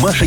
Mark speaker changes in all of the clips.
Speaker 1: Маша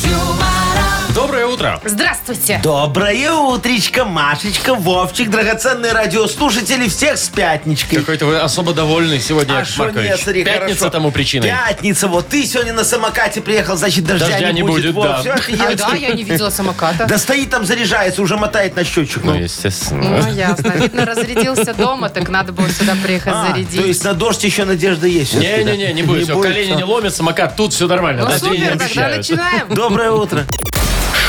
Speaker 2: Доброе утро.
Speaker 3: Здравствуйте.
Speaker 4: Доброе утречко, Машечка, Вовчик, драгоценные радиослушатели, всех с пятничкой.
Speaker 2: Какой-то вы особо довольный сегодня,
Speaker 4: А
Speaker 2: Яков
Speaker 4: шо
Speaker 2: Маркович.
Speaker 4: нет, смотри,
Speaker 2: Пятница
Speaker 4: хорошо.
Speaker 2: тому причиной.
Speaker 4: Пятница, вот ты сегодня на самокате приехал, значит, дождя,
Speaker 2: Дождя не будет,
Speaker 4: Во,
Speaker 2: да.
Speaker 4: всё, офигенно.
Speaker 3: А, да, я не видела самоката.
Speaker 4: Да стоит там, заряжается, уже мотает на счетчик.
Speaker 2: Ну,
Speaker 4: Ну.
Speaker 2: естественно.
Speaker 3: Ну, ясно. Видно, разрядился дома, так надо было сюда приехать
Speaker 4: А, то есть
Speaker 3: зарядить.
Speaker 4: на дождь еще надежда есть. всё-таки, да?
Speaker 2: Не-не-не, не будет. Всё, Колени
Speaker 4: всё.
Speaker 2: не ломят, самокат тут все нормально.
Speaker 3: Ну,
Speaker 2: даже не
Speaker 3: супер, тогда
Speaker 2: обещают.
Speaker 3: начинаем.
Speaker 4: Доброе утро.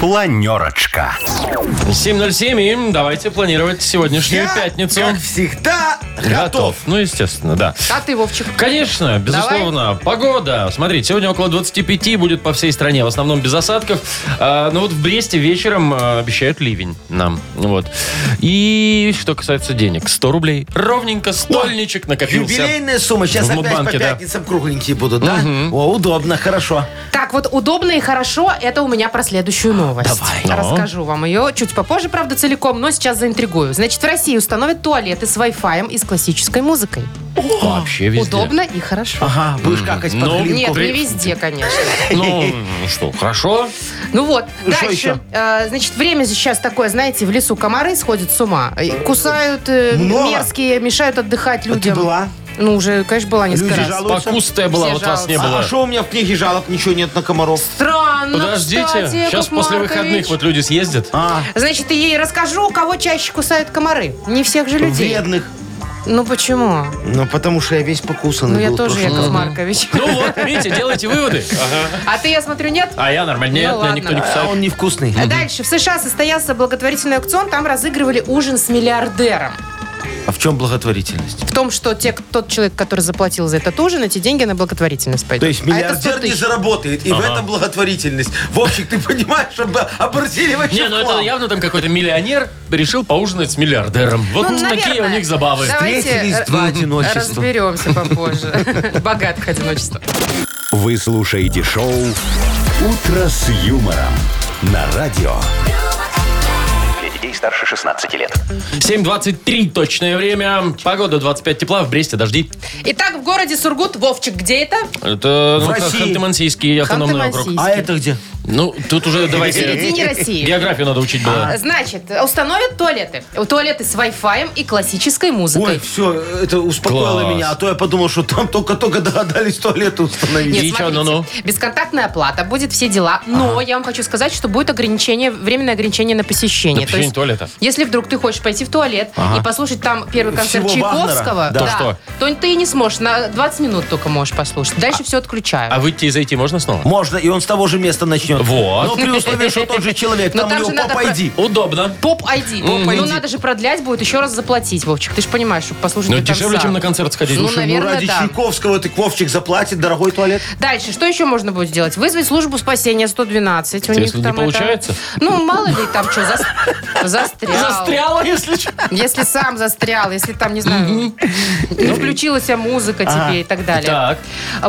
Speaker 1: Планерочка.
Speaker 2: 7.07, и давайте планировать сегодняшнюю
Speaker 4: Я,
Speaker 2: пятницу.
Speaker 4: как всегда, готов.
Speaker 2: Ну, естественно, да.
Speaker 3: А ты, Вовчик?
Speaker 2: Конечно, безусловно. Погода. Смотрите, сегодня около 25 будет по всей стране, в основном без осадков. А, но вот в Бресте вечером а, обещают ливень нам. Вот. И что касается денег, 100 рублей. Ровненько стольничек накопился.
Speaker 4: Юбилейная сумма. Сейчас
Speaker 2: В
Speaker 4: опять
Speaker 2: Мудбанке,
Speaker 4: по
Speaker 2: да.
Speaker 4: пятницам кругленькие будут, да? О, удобно, хорошо.
Speaker 3: Так, вот удобно и хорошо, это у меня про следующую новость.
Speaker 2: Давай.
Speaker 3: Расскажу вам ее чуть попозже, правда, целиком, но сейчас заинтригую. Значит, в России установят туалеты с Wi-Fi и с классической музыкой.
Speaker 2: Вообще везде.
Speaker 3: Удобно и хорошо.
Speaker 4: Ага, будешь какать под
Speaker 2: Ну,
Speaker 4: глинку.
Speaker 3: Нет,
Speaker 2: при-
Speaker 3: не везде, конечно.
Speaker 2: Ну, что, хорошо.
Speaker 3: Ну вот,
Speaker 4: Что
Speaker 3: дальше.
Speaker 4: еще?
Speaker 3: Э, Значит, время сейчас такое, знаете, в лесу комары сходят с ума. И Кусают э,
Speaker 4: Много.
Speaker 3: мерзкие, мешают отдыхать
Speaker 4: А ты
Speaker 3: людям.
Speaker 4: была?
Speaker 3: Ну, уже, конечно, была несколько
Speaker 4: Люди
Speaker 3: раз.
Speaker 4: жалуются.
Speaker 2: Покустая была,
Speaker 3: А Все
Speaker 2: вот вас не
Speaker 4: А
Speaker 2: было.
Speaker 4: что у меня в книге жалоб? Ничего нет на комаров.
Speaker 3: Странно,
Speaker 2: Подождите,
Speaker 3: Ну, кстати, Яков
Speaker 2: сейчас после
Speaker 3: Маркович.
Speaker 2: выходных вот люди съездят.
Speaker 4: А,
Speaker 3: Значит, я ей расскажу, кого чаще кусают комары. Не всех же людей.
Speaker 4: вредных.
Speaker 3: Ну почему?
Speaker 4: Ну, потому что я весь покусанный
Speaker 3: Ну я
Speaker 4: был
Speaker 3: тоже
Speaker 4: прошлым
Speaker 3: Яков
Speaker 4: летом.
Speaker 3: Маркович.
Speaker 2: Ну вот, видите, делайте выводы.
Speaker 3: А ты, я смотрю, нет?
Speaker 2: А я нормально. Нет, меня
Speaker 3: Ну ладно.
Speaker 2: никто не
Speaker 4: А
Speaker 2: кусает.
Speaker 4: он невкусный.
Speaker 3: Дальше. В США состоялся благотворительный аукцион. Там разыгрывали ужин с миллиардером.
Speaker 4: А в чем благотворительность?
Speaker 3: В том, что те, тот человек, который заплатил за этот ужин, эти деньги на благотворительность пойдут.
Speaker 4: То есть
Speaker 3: А это 100
Speaker 4: миллиардер не
Speaker 3: тысяч.
Speaker 4: заработает, и в этом благотворительность. Вовчик, ты понимаешь, об- обратили вообще
Speaker 2: Не, ну
Speaker 4: в
Speaker 2: это
Speaker 4: хлам. А
Speaker 2: явно там какой-то миллионер решил поужинать с миллиардером. Вот
Speaker 3: Ну,
Speaker 2: такие у
Speaker 3: наверное.
Speaker 2: них забавы.
Speaker 3: Да. Давайте,
Speaker 4: Встретились
Speaker 3: э,
Speaker 4: два одиночества.
Speaker 3: Разберемся попозже. Богатых одиночества.
Speaker 1: Вы слушаете шоу «Утро с юмором» на радио. Для детей старше 16 лет.
Speaker 2: 7.23 точное время. Погода 25 тепла, в Бресте дожди.
Speaker 3: Итак, в городе Сургут. Вовчик, где это?
Speaker 2: Это ну,
Speaker 4: В России.
Speaker 2: Ханты-Мансийский автономный округ.
Speaker 3: Ханты-Мансийский.
Speaker 4: А это где?
Speaker 2: Ну, тут уже
Speaker 3: В середине
Speaker 2: давайте...
Speaker 3: России. А.
Speaker 2: Географию надо учить
Speaker 4: А
Speaker 2: было.
Speaker 3: Значит, установят туалеты. Туалеты с Wi-Fi и классической музыкой.
Speaker 4: Ой, все, это успокоило
Speaker 2: Класс.
Speaker 4: меня, а то я подумал, что там только-только догадались туалет установить.
Speaker 3: Нет,
Speaker 2: И чё,
Speaker 3: смотрите,
Speaker 2: ну-ну?
Speaker 3: бесконтактная оплата, будет все дела, но я вам хочу сказать, что будет ограничение, временное ограничение на посещение.
Speaker 2: На посещение туалета.
Speaker 3: Если вдруг ты хочешь пойти в туалет и послушать там первый концерт
Speaker 4: Всего
Speaker 3: Чайковского,
Speaker 4: Вагнера?
Speaker 2: Да. То
Speaker 3: то ты не сможешь, на 20 минут только можешь послушать. Дальше все отключают.
Speaker 2: А выйти и зайти можно снова?
Speaker 4: Можно, и он с того же места начнет.
Speaker 2: Вот.
Speaker 4: Но при условии, что тот же человек,
Speaker 3: Но
Speaker 4: там
Speaker 3: там
Speaker 4: у
Speaker 3: же
Speaker 4: него
Speaker 3: надо
Speaker 4: попойди.
Speaker 2: Удобно.
Speaker 3: Поп ID. Ну, надо же продлять будет, еще раз заплатить, Вовчик. Ты же понимаешь, чтобы послушать
Speaker 2: Ну,
Speaker 3: до конца.
Speaker 2: дешевле, чем на концерт сходить.
Speaker 3: Ну,
Speaker 2: Слушай,
Speaker 4: Ну,
Speaker 3: наверное,
Speaker 4: ради
Speaker 3: да.
Speaker 4: Чайковского ты Вовчик заплатит дорогой туалет.
Speaker 3: Дальше, что еще можно будет сделать? Вызвать службу спасения 112. У них
Speaker 2: Если не
Speaker 3: там это-
Speaker 2: получается?
Speaker 3: Ну, мало ли там что, зас- застрял.
Speaker 2: Застряла, если чё.
Speaker 3: Если сам застрял, если там, не знаю, не включилась музыка тебе и так далее.
Speaker 2: Так.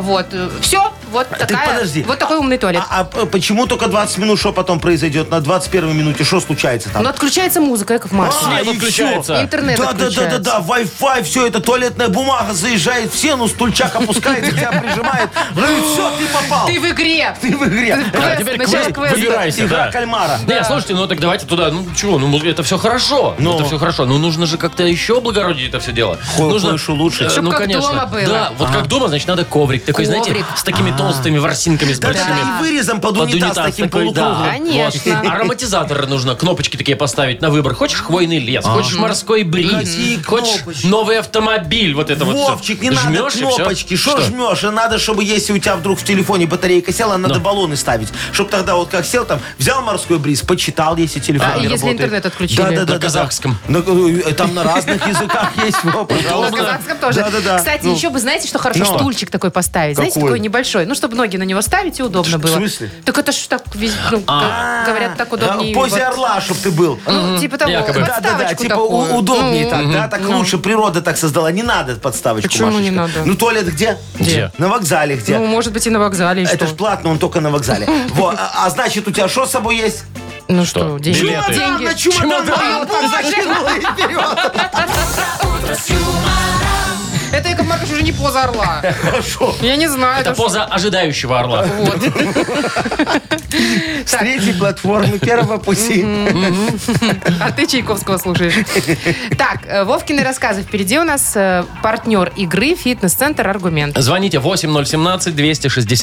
Speaker 3: Вот. Все, вот такая-
Speaker 4: подожди.
Speaker 3: Вот такой умный туалет.
Speaker 4: А, а почему только 20 минут, что потом произойдет? На 21 минуте что случается там?
Speaker 3: Но отключается музыка, Яков Маркович.
Speaker 4: А,
Speaker 2: Свет
Speaker 4: и
Speaker 2: отключается.
Speaker 4: всё.
Speaker 3: Интернет
Speaker 4: а. да, да, да, да, да, Wi-Fi, все это, туалетная бумага заезжает в стену, стульчак опускает, тебя прижимает. Ну все, ты попал.
Speaker 3: Ты в игре.
Speaker 4: Ты в игре.
Speaker 2: А теперь
Speaker 3: Начало
Speaker 2: квест,
Speaker 3: квеста.
Speaker 2: выбирайся,
Speaker 4: Игра
Speaker 2: да.
Speaker 4: кальмара.
Speaker 2: Не, слушайте, ну так давайте туда. Ну чего, ну это все хорошо.
Speaker 4: Ну.
Speaker 2: Это все хорошо. Но нужно же как-то еще облагородить это все дело.
Speaker 4: Ко-
Speaker 2: нужно
Speaker 4: кое-что лучше.
Speaker 2: Э,
Speaker 3: Чтоб
Speaker 2: ну,
Speaker 3: как
Speaker 2: конечно.
Speaker 3: дома было.
Speaker 2: Да, вот как дома, значит, надо коврик. Такой, знаете,
Speaker 3: Коврик.
Speaker 2: с такими толстыми ворсинками, с
Speaker 4: Да,
Speaker 2: большими.
Speaker 4: да, и вырезом под
Speaker 2: Под
Speaker 4: унитаз
Speaker 2: унитаз
Speaker 4: таким
Speaker 2: такой, да.
Speaker 4: полукруглым.
Speaker 3: Конечно.
Speaker 2: Вот. Ароматизатор нужно, кнопочки такие поставить на выбор. Хочешь хвойный лес, хочешь морской бриз,
Speaker 4: Какие
Speaker 2: хочешь
Speaker 4: кнопочки?
Speaker 2: новый автомобиль, вот это вот. всё.
Speaker 4: Вовчик, не надо
Speaker 2: Жмёшь и всё.
Speaker 4: кнопочки. Что жмешь? И надо, чтобы если у тебя вдруг в телефоне батарейка села, надо
Speaker 2: Ну.
Speaker 4: баллоны ставить. Чтоб тогда вот как сел там, взял морской бриз, почитал, если телефон
Speaker 3: А,
Speaker 4: не
Speaker 3: если
Speaker 4: работает.
Speaker 3: интернет отключили?
Speaker 4: Да, да, да,
Speaker 2: На
Speaker 4: да,
Speaker 2: казахском.
Speaker 4: да. На- э, Там на разных языках есть, Во,
Speaker 3: На
Speaker 4: пожалуйста.
Speaker 3: казахском тоже.
Speaker 4: Да, да, да.
Speaker 3: Кстати,
Speaker 4: Ну.
Speaker 3: еще бы, знаете, что хорошо?
Speaker 4: Ну.
Speaker 3: Стульчик такой поставить. Знаете,
Speaker 4: Какой?
Speaker 3: такой небольшой. Ну, чтобы ноги на него ставить, и удобно
Speaker 4: в
Speaker 3: было.
Speaker 4: смысле?
Speaker 3: Так это ж так везде, ну, как говорят, так удобнее.
Speaker 4: В А, позе
Speaker 3: вот.
Speaker 4: орла, чтоб ты был.
Speaker 3: Ну, типа того,
Speaker 2: Якобы.
Speaker 4: Да, да, да,
Speaker 3: подставочку
Speaker 4: типа
Speaker 3: такую.
Speaker 4: у- удобнее
Speaker 3: Ну,
Speaker 4: так, да, так лучше, природа так создала. Не надо подставочку,
Speaker 3: Почему не
Speaker 4: Машечка.
Speaker 3: надо?
Speaker 4: Ну, туалет где?
Speaker 2: Где?
Speaker 4: На вокзале где?
Speaker 3: Ну, может быть, и на вокзале. и
Speaker 4: А, Это
Speaker 3: что?
Speaker 4: ж платно, он только на вокзале. Во, а, а значит, у тебя что с собой есть?
Speaker 3: Ну
Speaker 2: Что?
Speaker 3: что, деньги.
Speaker 2: Билеты.
Speaker 3: Деньги.
Speaker 4: на чемодан, а вот так закинула и вперед.
Speaker 3: Это, Яков Маркович, уже не поза орла.
Speaker 4: Хорошо.
Speaker 3: Я не знаю.
Speaker 2: Это
Speaker 3: что-
Speaker 2: поза ожидающего орла.
Speaker 3: Вот.
Speaker 4: С третьей платформы первого пути.
Speaker 3: А ты Чайковского слушаешь. Так, э, Вовкины рассказы. Впереди у нас э, партнер игры «Фитнес-центр Аргумент».
Speaker 2: Звоните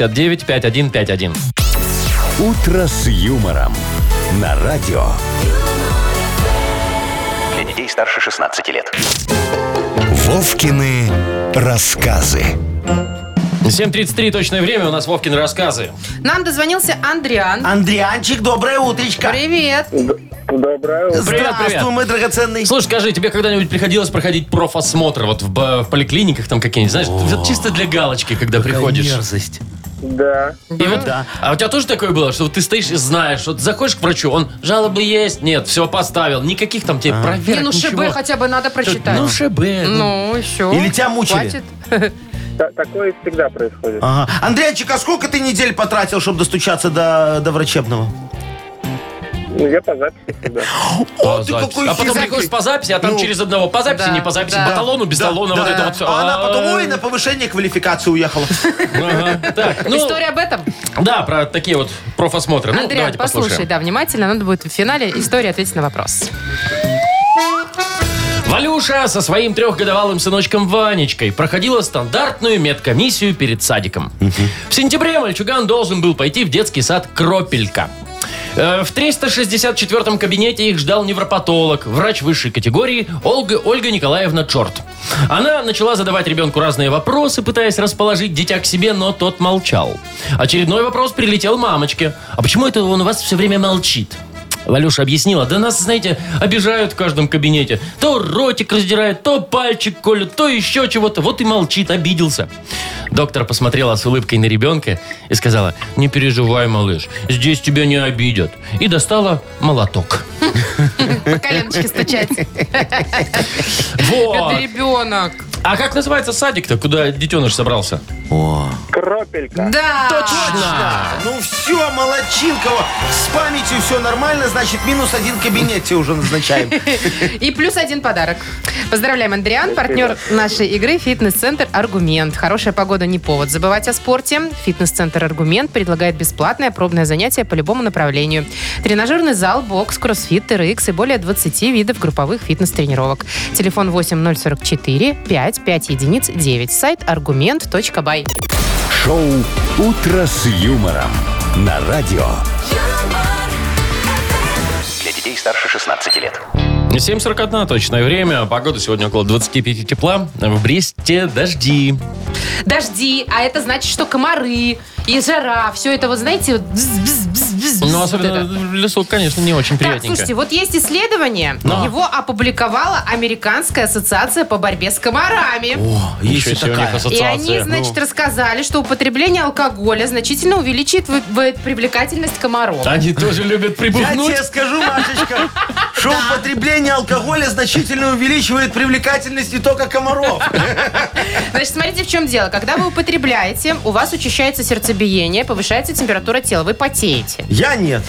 Speaker 2: 8017-269-5151.
Speaker 1: «Утро с юмором» на радио.
Speaker 5: Для детей старше 16 лет.
Speaker 1: Вовкины рассказы.
Speaker 2: 7.33 точное время, у нас Вовкины рассказы.
Speaker 3: Нам дозвонился
Speaker 4: А.
Speaker 3: Андриан.
Speaker 4: Андрианчик, доброе утречко.
Speaker 3: Привет.
Speaker 6: Доброе утро.
Speaker 2: Привет, привет.
Speaker 4: Здравствуй, мой драгоценный.
Speaker 2: Слушай, скажи, тебе когда-нибудь приходилось проходить профосмотр вот в, б- в поликлиниках там какие-нибудь, знаешь, вот чисто для галочки, когда приходишь.
Speaker 4: Мерзость.
Speaker 6: Да.
Speaker 2: И вот- А у тебя тоже такое было, что вот ты стоишь и знаешь, вот заходишь к врачу, он жалобы есть, нет, все поставил, никаких там тебе проверок,
Speaker 3: Не, ну
Speaker 2: ничего.
Speaker 3: ШБ хотя бы надо прочитать.
Speaker 2: Ну ШБ.
Speaker 3: Ну, и все.
Speaker 4: Или тебя мучили?
Speaker 3: Хватит.
Speaker 6: Та- такое всегда происходит.
Speaker 4: Ага. Андрианчик, а сколько ты недель потратил, чтобы достучаться до, до врачебного?
Speaker 6: Ну, я по записи всегда.
Speaker 2: по
Speaker 4: О, ты
Speaker 2: записи.
Speaker 4: какой
Speaker 2: а потом
Speaker 4: хитрый.
Speaker 2: приходишь по записи, а там
Speaker 4: Ну.
Speaker 2: через одного по записи,
Speaker 3: Да,
Speaker 2: не по записи,
Speaker 3: да.
Speaker 2: по талону, Ну, без
Speaker 4: Да,
Speaker 2: талона,
Speaker 4: да.
Speaker 2: вот это вот все.
Speaker 4: А она потом, ой, на повышение квалификации уехала.
Speaker 2: Так, ну,
Speaker 3: История об этом?
Speaker 2: да, про такие вот профосмотры. Ну,
Speaker 3: Андриан,
Speaker 2: давайте
Speaker 3: послушай,
Speaker 2: послушаем.
Speaker 3: да, внимательно. Надо будет в финале история ответить на вопрос.
Speaker 2: Валюша со своим трехгодовалым сыночком Ванечкой проходила стандартную медкомиссию перед садиком. В сентябре мальчуган должен был пойти в детский сад «Кропелька». Э, В 364-м кабинете их ждал невропатолог, врач высшей категории Олга, Ольга Николаевна Чорт. Она начала задавать ребенку разные вопросы, пытаясь расположить дитя к себе, но тот молчал. Очередной вопрос прилетел мамочке. «А почему это он у вас все время молчит?» Валюша объяснила, да нас, знаете, обижают в каждом кабинете. То ротик раздирает, то пальчик колют, то еще чего-то. Вот и молчит, обиделся. Доктор посмотрела с улыбкой на ребенка и сказала, не переживай, малыш, здесь тебя не обидят. И достала молоток.
Speaker 3: По коленочке стучать.
Speaker 2: Вот.
Speaker 3: Это ребенок.
Speaker 2: А как называется садик-то, куда детеныш собрался?
Speaker 6: Кропелька.
Speaker 3: Да.
Speaker 2: Точно!
Speaker 4: Ну все, молодчинка. вот. С памятью все нормально, значит, минус один кабинет тебе уже назначаем.
Speaker 3: И плюс один подарок. Поздравляем, Андриан, партнер нашей игры «Фитнес-центр Аргумент». Хорошая погода не повод забывать о спорте. «Фитнес-центр Аргумент» предлагает бесплатное пробное занятие по любому направлению. Тренажерный зал, бокс, кроссфит, TRX и более 20 видов групповых фитнес-тренировок. Телефон 8044 55 единиц 9. Сайт аргумент.бай.
Speaker 1: Шоу «Утро с юмором» на радио.
Speaker 5: Для детей старше 16 лет.
Speaker 2: 7.41 точное время. Погода сегодня около 25 тепла. В Бресте дожди.
Speaker 3: Дожди, а это значит, что комары и жара. Все это, вот знаете, вот бз- бз- бз- бз- бз-
Speaker 2: Ну,
Speaker 3: вот
Speaker 2: особенно
Speaker 3: это.
Speaker 2: в лесу, конечно, не очень
Speaker 3: Так,
Speaker 2: приятненько.
Speaker 3: слушайте, вот есть исследование.
Speaker 2: Но.
Speaker 3: Его опубликовала Американская ассоциация по борьбе с комарами.
Speaker 4: О, ну.
Speaker 2: Ничего
Speaker 4: еще
Speaker 2: себе, у них
Speaker 4: такая.
Speaker 3: И
Speaker 2: ассоциация. Ну.
Speaker 3: они, значит, рассказали, что употребление алкоголя значительно увеличит вы- вы- привлекательность комаров.
Speaker 2: Они тоже любят
Speaker 4: Я
Speaker 2: прибухнуть.
Speaker 4: тебе скажу, Машечка, что употребление алкоголя значительно увеличивает привлекательность не только комаров.
Speaker 3: Значит, смотрите, в чем дело. Когда вы употребляете, у вас учащается сердцебиение, повышается температура тела, вы потеете.
Speaker 4: Я нет.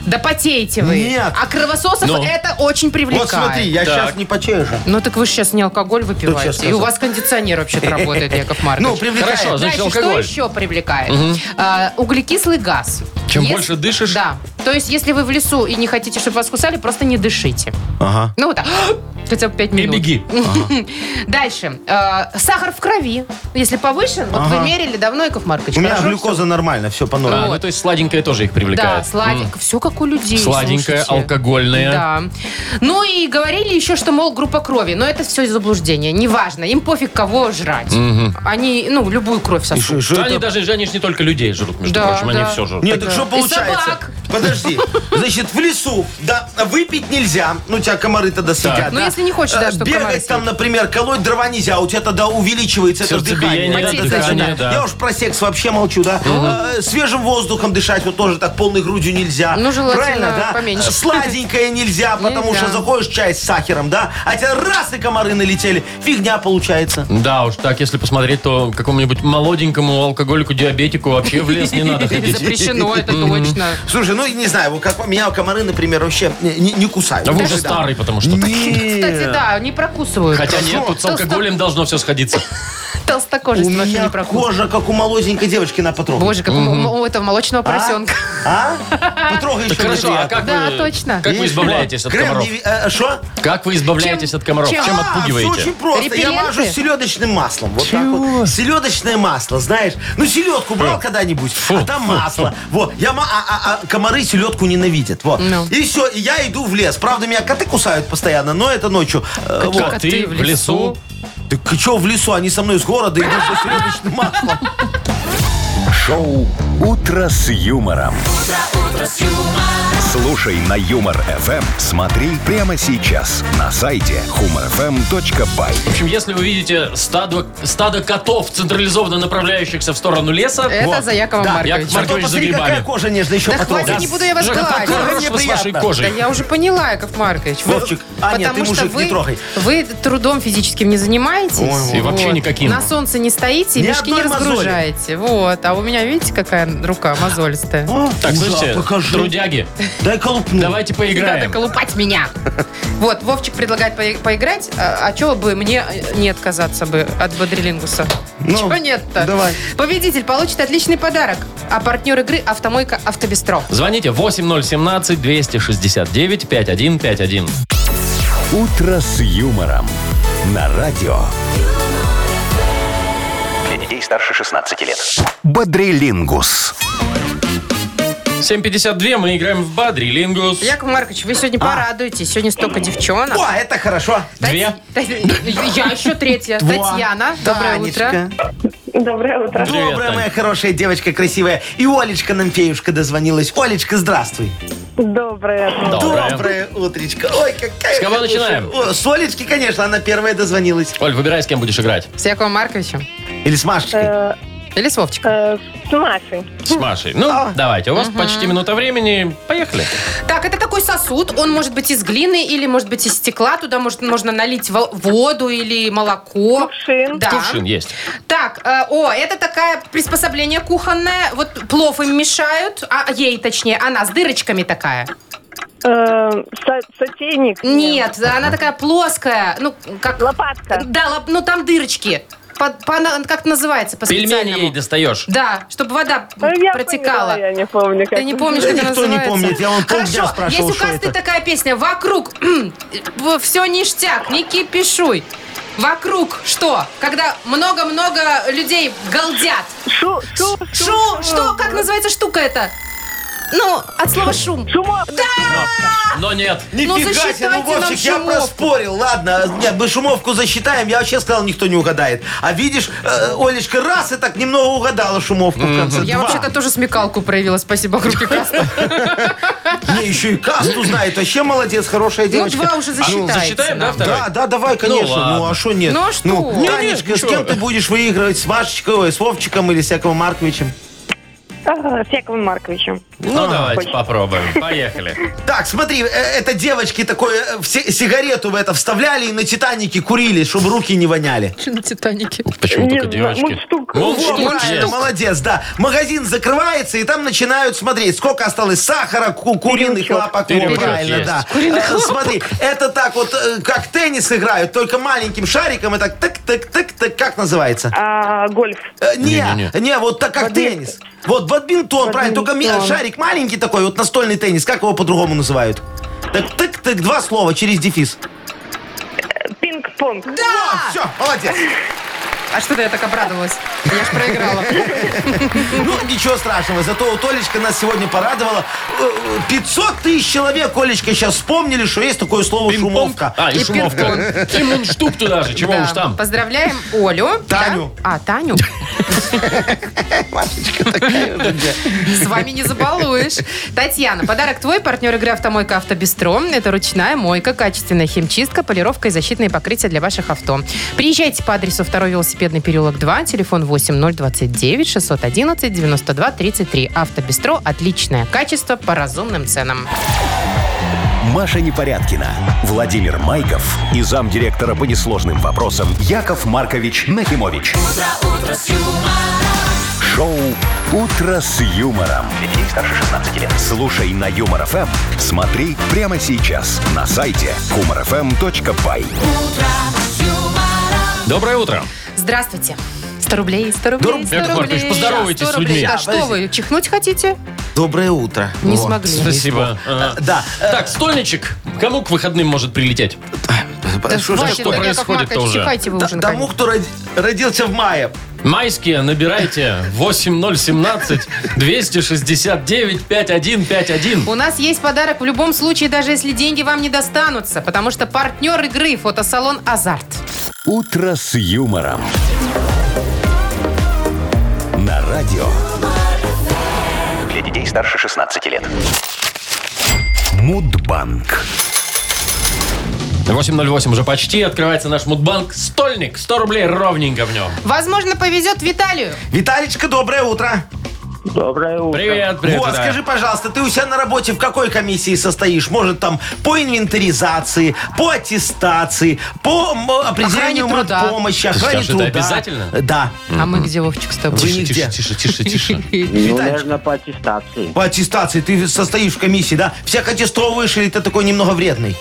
Speaker 3: Да потеете вы.
Speaker 4: Нет.
Speaker 3: А кровососов
Speaker 2: Ну.
Speaker 3: это очень привлекает.
Speaker 4: Вот смотри, я
Speaker 2: Так.
Speaker 4: сейчас не почею же.
Speaker 3: Ну так вы же сейчас не алкоголь
Speaker 4: я
Speaker 3: выпиваете.
Speaker 4: сказал.
Speaker 3: И у вас кондиционер вообще-то работает, Яков Маркович.
Speaker 4: Ну, привлекает.
Speaker 2: Хорошо, А значит,
Speaker 3: Дальше,
Speaker 2: алкоголь.
Speaker 3: что еще привлекает? А, углекислый газ.
Speaker 2: Чем больше дышишь?
Speaker 3: Да. То есть, если вы в лесу и не хотите, чтобы вас кусали, просто не дышите.
Speaker 4: Ага.
Speaker 3: Ну, вот так. Хотя бы 5
Speaker 2: И
Speaker 3: минут.
Speaker 2: беги.
Speaker 4: Ну
Speaker 3: Дальше. А, сахар в крови. Если повышен, вот вы мерили давно, Яков Маркович,
Speaker 4: У меня
Speaker 3: хорошо?
Speaker 4: глюкоза нормально, все по
Speaker 2: А,
Speaker 4: норме.
Speaker 2: ну, то есть сладенькое тоже их привлекает.
Speaker 3: Да, сладенькое. Все как у людей.
Speaker 2: Сладенькое,
Speaker 3: слушайте.
Speaker 2: алкогольное.
Speaker 3: Да. Ну и говорили еще, что, мол, группа крови. Но это все заблуждение. Неважно. Им пофиг, кого жрать. Они, ну, любую кровь
Speaker 4: И шо-
Speaker 3: сосут.
Speaker 4: и шо
Speaker 2: Да, они
Speaker 4: это?
Speaker 2: даже же, они ж не только людей жрут, между
Speaker 3: Да,
Speaker 2: прочим,
Speaker 3: да.
Speaker 2: они все жрут.
Speaker 4: Нет, так что
Speaker 3: И
Speaker 4: получается?
Speaker 3: собак.
Speaker 4: Подожди. Значит, в лесу, да, выпить нельзя. Ну, тебя комары тогда съедят.
Speaker 3: Ну,
Speaker 4: да?
Speaker 3: если если не хочешь, да,
Speaker 4: Э,
Speaker 3: чтобы комары
Speaker 4: Бегать там, например, колоть дрова нельзя, у тебя тогда увеличивается это
Speaker 2: Сердцебиение,
Speaker 4: дыхание.
Speaker 3: Потеть начинаешь.
Speaker 2: да.
Speaker 4: Я уж про секс вообще молчу, да? Э, Свежим воздухом дышать вот тоже так полной грудью нельзя.
Speaker 3: Ну, желательно
Speaker 4: Правильно, да?
Speaker 3: поменьше. Ну,
Speaker 4: Э, Сладенькое нельзя, потому
Speaker 3: Нельзя.
Speaker 4: что заходишь чай с сахаром, да? А тебя раз и комары налетели. Фигня получается.
Speaker 2: Да уж, так если посмотреть, то какому-нибудь молоденькому алкоголику, диабетику вообще в лес не надо
Speaker 3: съесть.
Speaker 2: ходить.
Speaker 3: Запрещено, это точно.
Speaker 4: Слушай, ну не знаю, вот как меня комары, например, вообще не, не- не кусают.
Speaker 2: Да А вы уже
Speaker 4: Никогда.
Speaker 2: старый, потому что так.
Speaker 3: Кстати,
Speaker 4: Э.
Speaker 3: да, не прокусывают.
Speaker 2: Хотя нет, тут с алкоголем должно все сходиться.
Speaker 4: У
Speaker 3: Толстокожесть вообще не
Speaker 4: меня
Speaker 3: прокусывают.
Speaker 4: кожа, как у молоденькой девочки на потрогать.
Speaker 3: Боже, как у м- у этого молочного поросенка.
Speaker 4: А? Потрогай еще.
Speaker 2: Хорошо, а как
Speaker 3: Да,
Speaker 2: вы...
Speaker 3: точно.
Speaker 2: Как вы избавляетесь от комаров?
Speaker 4: Что?
Speaker 2: Как вы избавляетесь
Speaker 3: Чем-
Speaker 2: от комаров?
Speaker 3: чем?
Speaker 2: Чем
Speaker 4: э, А, всё
Speaker 2: отпугиваете?
Speaker 4: очень просто.
Speaker 3: Репелленты?
Speaker 4: Я мажу селедочным маслом. Вот так вот. Селедочное масло, знаешь. Ну, селедку брал когда-нибудь, а там масло. Вот. Я ма- а, а- а комары селедку ненавидят. Вот.
Speaker 3: Ну.
Speaker 4: И все, и я иду в лес. Правда, меня коты кусают постоянно, но это ночью. Э,
Speaker 3: Какие
Speaker 4: вот.
Speaker 2: Коты в лесу.
Speaker 4: Так что в лесу? Они со мной из города идут за селедочным маслом.
Speaker 1: Шоу «Утро с юмором». Слушай на Юмор ФМ, смотри прямо сейчас на сайте humorfm.by.
Speaker 2: В общем, если вы видите стадо, стадо котов, централизованно направляющихся в сторону леса,
Speaker 3: Это
Speaker 2: вот.
Speaker 3: за Якова
Speaker 4: Да,
Speaker 2: Яков Маркович.
Speaker 3: Марковича.
Speaker 4: Зато
Speaker 2: за
Speaker 4: посмотри,
Speaker 2: грибами.
Speaker 4: какая кожа нежная еще
Speaker 3: Да хватит, не буду я вас
Speaker 2: Жека,
Speaker 3: гладить.
Speaker 2: какой рост
Speaker 4: Мне
Speaker 2: с вашей
Speaker 4: приятно.
Speaker 3: Да
Speaker 2: кожей?
Speaker 3: я уже поняла, Яков Маркович. Вы-
Speaker 4: Вовчик, а, нет,
Speaker 3: потому
Speaker 4: ты
Speaker 3: что
Speaker 4: мужик,
Speaker 3: вы,
Speaker 4: не трогай.
Speaker 3: Вы трудом физическим не занимаетесь.
Speaker 2: ой. И вообще никаким.
Speaker 3: На солнце не стоите, и
Speaker 4: Ни
Speaker 3: мешки не
Speaker 4: одной мозоли.
Speaker 3: разгружаете. Вот. А у меня, видите, какая рука мозолистая.
Speaker 2: Так,
Speaker 4: Ужас,
Speaker 2: слышите,
Speaker 4: покажи.
Speaker 2: трудяги,
Speaker 4: Дай-ка лупну.
Speaker 2: давайте
Speaker 3: Надо
Speaker 2: поиграем.
Speaker 3: колупать меня. Вот, Вовчик предлагает по- поиграть. А, а чего бы мне не отказаться бы от бодрилингуса?
Speaker 4: Ну,
Speaker 3: чего нет-то?
Speaker 4: давай.
Speaker 3: Победитель получит отличный подарок. А партнер игры «Автомойка Автобестро».
Speaker 2: Звоните 8017-269-5151.
Speaker 1: «Утро с юмором» на радио
Speaker 5: Для детей старше 16 лет.
Speaker 1: «Бодрилингус».
Speaker 2: 7.52, мы играем в Бадрилингус.
Speaker 3: Яков Маркович, вы сегодня порадуетесь. Сегодня столько девчонок.
Speaker 4: А. О, это хорошо.
Speaker 2: Две.
Speaker 3: Я еще третья. Татьяна, доброе утро.
Speaker 4: Танечка.
Speaker 6: Доброе утро.
Speaker 2: Привет,
Speaker 4: Добрая
Speaker 2: Тань.
Speaker 4: моя хорошая девочка, красивая. И Олечка нам феюшка дозвонилась. Олечка, здравствуй.
Speaker 6: Доброе утро.
Speaker 2: Доброе.
Speaker 4: Доброе утречко. Ой, какая...
Speaker 2: С кого
Speaker 4: хорошая.
Speaker 2: начинаем?
Speaker 4: О, с Олечки, конечно, она первая дозвонилась.
Speaker 2: Оль, выбирай, с кем будешь играть.
Speaker 3: С Яковом Марковичем.
Speaker 4: Или с Машечкой.
Speaker 6: Э,
Speaker 3: Или с Вовчиком.
Speaker 6: э, С Машей.
Speaker 3: Хм.
Speaker 2: С Машей. Ну,
Speaker 3: А.
Speaker 2: давайте. У вас почти минута времени. Поехали.
Speaker 3: Так, это такой сосуд. Он может быть из глины или может быть из стекла. Туда может, можно налить во- воду или молоко.
Speaker 6: Кувшин.
Speaker 3: Да.
Speaker 2: Кувшин есть.
Speaker 3: Так, э, о, это такая приспособление кухонное. Вот плов им мешают, а ей точнее, она с дырочками такая.
Speaker 6: Э, со- Сотейник.
Speaker 3: Нет, она такая плоская. Ну, как...
Speaker 6: Лопатка.
Speaker 3: Да, лап- ну там дырочки. По- по- она- как называется по
Speaker 2: Пельмени ей
Speaker 3: специальному?
Speaker 2: достаешь.
Speaker 3: Да, чтобы вода
Speaker 6: Ну, я
Speaker 3: протекала.
Speaker 6: поняла, Я не помню, как.
Speaker 3: Ты не помнишь,
Speaker 4: Да
Speaker 3: как
Speaker 4: никто не
Speaker 3: она называется?
Speaker 4: помнит, я вон полдня
Speaker 3: Хорошо,
Speaker 4: спрашивал,
Speaker 3: есть у
Speaker 4: что
Speaker 3: Касты
Speaker 4: это.
Speaker 3: такая песня «Вокруг все ништяк, не кипишуй». Вокруг что? Когда много-много людей галдят.
Speaker 6: Шу, шу, шу,
Speaker 3: Шу, что, как называется штука эта? Ну, от слова шум.
Speaker 6: Шумовка.
Speaker 2: Но нет.
Speaker 3: Ну,
Speaker 4: Нифига себе, ну,
Speaker 3: засчитайте нам
Speaker 4: Вовчик, я
Speaker 3: шумовку.
Speaker 4: проспорил. Ладно, нет, мы шумовку засчитаем. Я вообще сказал, никто не угадает. А видишь, э, Олечка раз и так немного угадала шумовку в конце.
Speaker 3: Я
Speaker 4: Два.
Speaker 3: вообще-то тоже смекалку проявила, спасибо группе Каста.
Speaker 4: Не, еще и касту знает. Вообще молодец, хорошая
Speaker 3: Ну,
Speaker 4: девочка.
Speaker 3: два уже засчитается.
Speaker 2: засчитаем, да,
Speaker 3: нам.
Speaker 2: второй?
Speaker 4: Да, да, давай, конечно. Ну,
Speaker 2: ладно.
Speaker 4: а что нет?
Speaker 3: Ну, а что?
Speaker 4: Ну,
Speaker 3: Не,
Speaker 4: Танечка,
Speaker 2: не,
Speaker 4: с кем
Speaker 2: ничего.
Speaker 4: ты будешь выигрывать? С Машечкой, ой, с Вовчиком или с Яковом Марковичем?
Speaker 6: Ага, С Яковом Марковичем.
Speaker 3: А.
Speaker 2: Ну, давайте попробуем. Поехали.
Speaker 4: Так, смотри, э, это девочки такое, э, в си- сигарету в это вставляли и на Титанике курили, чтобы руки не воняли.
Speaker 3: На Титанике.
Speaker 2: Почему
Speaker 6: Не
Speaker 2: только
Speaker 6: знаю,
Speaker 2: девочки?
Speaker 6: мундштук.
Speaker 2: Мундштук
Speaker 4: Вот,
Speaker 2: есть.
Speaker 4: молодец, да. Магазин закрывается, и там начинают смотреть, сколько осталось сахара, ку- куриных
Speaker 6: Перечет.
Speaker 4: лапок. Во,
Speaker 2: Перечет
Speaker 4: правильно,
Speaker 2: есть.
Speaker 4: да. Э, Смотри, это так вот, э, как теннис играют, только маленьким шариком и так так-так-так-так, как называется?
Speaker 6: А, гольф.
Speaker 4: Э, Не,
Speaker 2: Не-не-не.
Speaker 4: не, вот так как
Speaker 6: Бадминтон.
Speaker 4: теннис. Вот бадминтон, правильно, только ми-
Speaker 6: Бадминтон.
Speaker 4: шарик маленький такой, вот настольный теннис, как его по-другому называют? Так, так, так, два слова через дефис.
Speaker 6: Пинг-понг.
Speaker 4: Да! все, молодец.
Speaker 3: А что-то я так обрадовалась. Я ж проиграла.
Speaker 4: Ну, ничего страшного. Зато вот Олечка нас сегодня порадовала. Э, 500 тысяч человек, Олечка, сейчас вспомнили, что есть такое слово
Speaker 2: Пинг-понг.
Speaker 4: шумовка.
Speaker 2: А, и
Speaker 3: И
Speaker 2: шумовка. И мундштук туда же, чего
Speaker 3: Да.
Speaker 2: уж там.
Speaker 3: Поздравляем Олю.
Speaker 4: Таню.
Speaker 3: Да? А, Таню. С вами не забалуешь. Татьяна, подарок твой, партнер игры «Автомойка Автобестро». Это ручная мойка, качественная химчистка, полировка и защитные покрытия для ваших авто. Приезжайте по адресу 2 велосипедный переулок 2, телефон 8029 611 92 33. «Автобестро» – отличное качество по разумным ценам.
Speaker 1: Маша Непорядкина, Владимир Майков и замдиректора по несложным вопросам Яков Маркович Нахимович. Шоу Утро с юмором.
Speaker 5: Для детей старше 16 лет.
Speaker 1: Слушай на Юмор ФМ, смотри прямо сейчас на сайте humorfm.by.
Speaker 2: Доброе утро.
Speaker 3: Здравствуйте. 100 рублей, 100
Speaker 4: Друг-
Speaker 3: рублей, 100
Speaker 2: Яков Маркович,
Speaker 3: рублей.
Speaker 2: поздоровайтесь
Speaker 3: 100
Speaker 2: с людьми.
Speaker 3: рублей. Да,
Speaker 4: Да,
Speaker 3: что
Speaker 4: подожди.
Speaker 3: вы, чихнуть хотите?
Speaker 4: Доброе утро.
Speaker 3: Не
Speaker 4: Во.
Speaker 3: смогли.
Speaker 2: Спасибо. Ага.
Speaker 4: Да. э,
Speaker 2: Так, стольничек. Кому к выходным может прилететь?
Speaker 3: Да
Speaker 4: Э, что ж
Speaker 3: хватит,
Speaker 2: что
Speaker 3: Яков
Speaker 2: происходит-то
Speaker 3: Маркович,
Speaker 2: уже?
Speaker 3: чихайте вы
Speaker 4: т-
Speaker 3: уже,
Speaker 4: Тому,
Speaker 3: наконец.
Speaker 4: кто роди- родился в мае.
Speaker 2: Майские набирайте 8017 269 5151.
Speaker 3: У нас есть подарок в любом случае, даже если деньги вам не достанутся, потому что партнер игры фотосалон «Азарт».
Speaker 1: Утро с юмором. На радио
Speaker 5: Для детей старше 16 лет.
Speaker 1: Мудбанк.
Speaker 2: 808 уже почти. Открывается наш мудбанк. Стольник. 100 рублей ровненько в нем.
Speaker 3: Возможно, повезет Виталию.
Speaker 4: Виталичка, доброе утро.
Speaker 7: Доброе утро.
Speaker 2: Привет, привет.
Speaker 4: вот,
Speaker 2: да.
Speaker 4: скажи, пожалуйста, ты у себя на работе в какой комиссии состоишь? Может, там по инвентаризации, по аттестации, по м, определению
Speaker 3: Охране труда.
Speaker 4: помощи,
Speaker 2: Ты
Speaker 4: охране
Speaker 2: скажешь, это
Speaker 4: труда.
Speaker 2: обязательно?
Speaker 4: Э, Да.
Speaker 3: А мы где, Вовчик, с тобой?
Speaker 4: Вы
Speaker 2: Тише,
Speaker 4: нигде.
Speaker 2: тише, тише, тише.
Speaker 7: Ну,
Speaker 4: Виталич.
Speaker 7: наверное, по аттестации.
Speaker 4: По аттестации ты состоишь в комиссии, да? Всех аттестовываешь или ты такой немного вредный?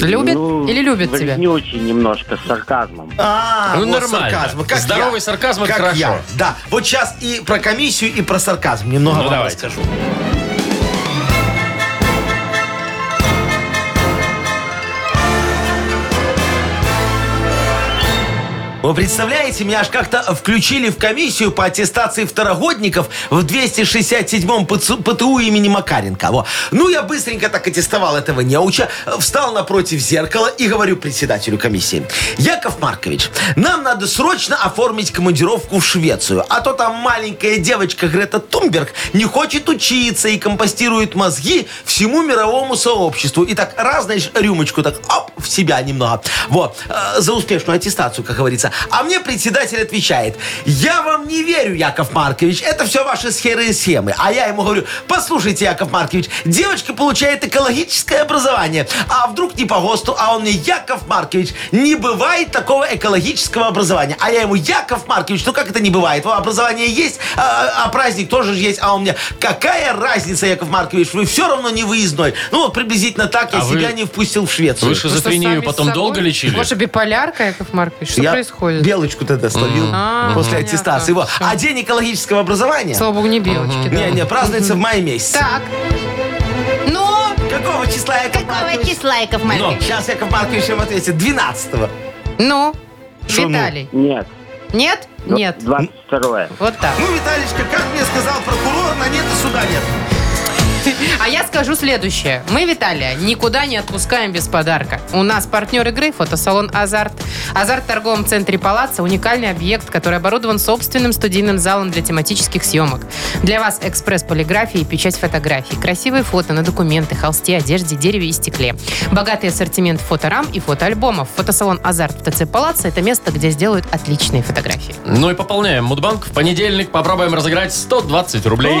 Speaker 3: Любит
Speaker 7: Ну,
Speaker 3: или любит тебя?
Speaker 7: вреднючий немножко, с сарказмом.
Speaker 4: А,
Speaker 2: Ну,
Speaker 4: вот
Speaker 2: нормально.
Speaker 4: сарказм. Как
Speaker 2: Здоровый
Speaker 4: я.
Speaker 2: сарказм это
Speaker 4: Как
Speaker 2: хорошо.
Speaker 4: я. Да, вот сейчас и про комиссию, и про сарказм немного
Speaker 2: Ну,
Speaker 4: вам
Speaker 2: давайте.
Speaker 4: расскажу. Вы представляете, меня аж как-то включили в комиссию по аттестации второгодников в 267-м ПЦУ ПТУ имени Макаренко. Во. Ну, я быстренько так аттестовал этого неуча, встал напротив зеркала и говорю председателю комиссии. Яков Маркович, нам надо срочно оформить командировку в Швецию, а то там маленькая девочка Грета Тумберг не хочет учиться и компостирует мозги всему мировому сообществу. И так раз, знаешь, рюмочку так, оп, в себя немного. Вот. Э, За успешную аттестацию, как говорится. А мне председатель отвечает, я вам не верю, Яков Маркович, это все ваши схеры и схемы. А я ему говорю, послушайте, Яков Маркович, девочка получает экологическое образование, а вдруг не по ГОСТу, а он мне, Яков Маркович, не бывает такого экологического образования. А я ему, Яков Маркович, ну как это не бывает? Во, Образование есть, а, а праздник тоже же есть, а он мне, какая разница, Яков Маркович, вы все равно не выездной. Ну вот приблизительно так я
Speaker 2: А вы-
Speaker 4: себя не впустил в Швецию.
Speaker 2: Вы шизофрению потом долго лечили?
Speaker 3: Может, биполярка, Яков Маркович? Что
Speaker 4: Я
Speaker 3: происходит?
Speaker 4: белочку тогда словил
Speaker 3: А,
Speaker 4: после
Speaker 3: понятно.
Speaker 4: аттестации. Во.
Speaker 3: Всё.
Speaker 4: А день экологического образования?
Speaker 3: Слава богу, не белочки. да.
Speaker 4: Не, не, празднуется в мае месяце.
Speaker 3: Так. Ну,
Speaker 4: Какого числа Яков
Speaker 3: какого
Speaker 4: Маркович?
Speaker 3: числа, Яков Маркович?
Speaker 4: Сейчас Яков Маркович вам ответит. 12-го.
Speaker 3: Ну,
Speaker 4: Шо ну?
Speaker 3: Виталий.
Speaker 7: Нет. Ну,
Speaker 3: Нет? Нет.
Speaker 7: 22
Speaker 3: Вот так.
Speaker 4: Ну, Виталичка, как мне сказал прокурор, на нет и суда нет.
Speaker 3: А я скажу следующее. Мы, Виталия, никуда не отпускаем без подарка. У нас партнер игры – фотосалон «Азарт». «Азарт» в торговом центре «Палаца» – уникальный объект, который оборудован собственным студийным залом для тематических съемок. Для вас экспресс полиграфии и печать фотографий. Красивые фото на документы, холсте, одежде, дереве и стекле. Богатый ассортимент фоторам и фотоальбомов. Фотосалон «Азарт» в ТЦ «Палаца» – это место, где сделают отличные фотографии.
Speaker 2: Ну и пополняем мудбанк. В понедельник попробуем разыграть 120 рублей.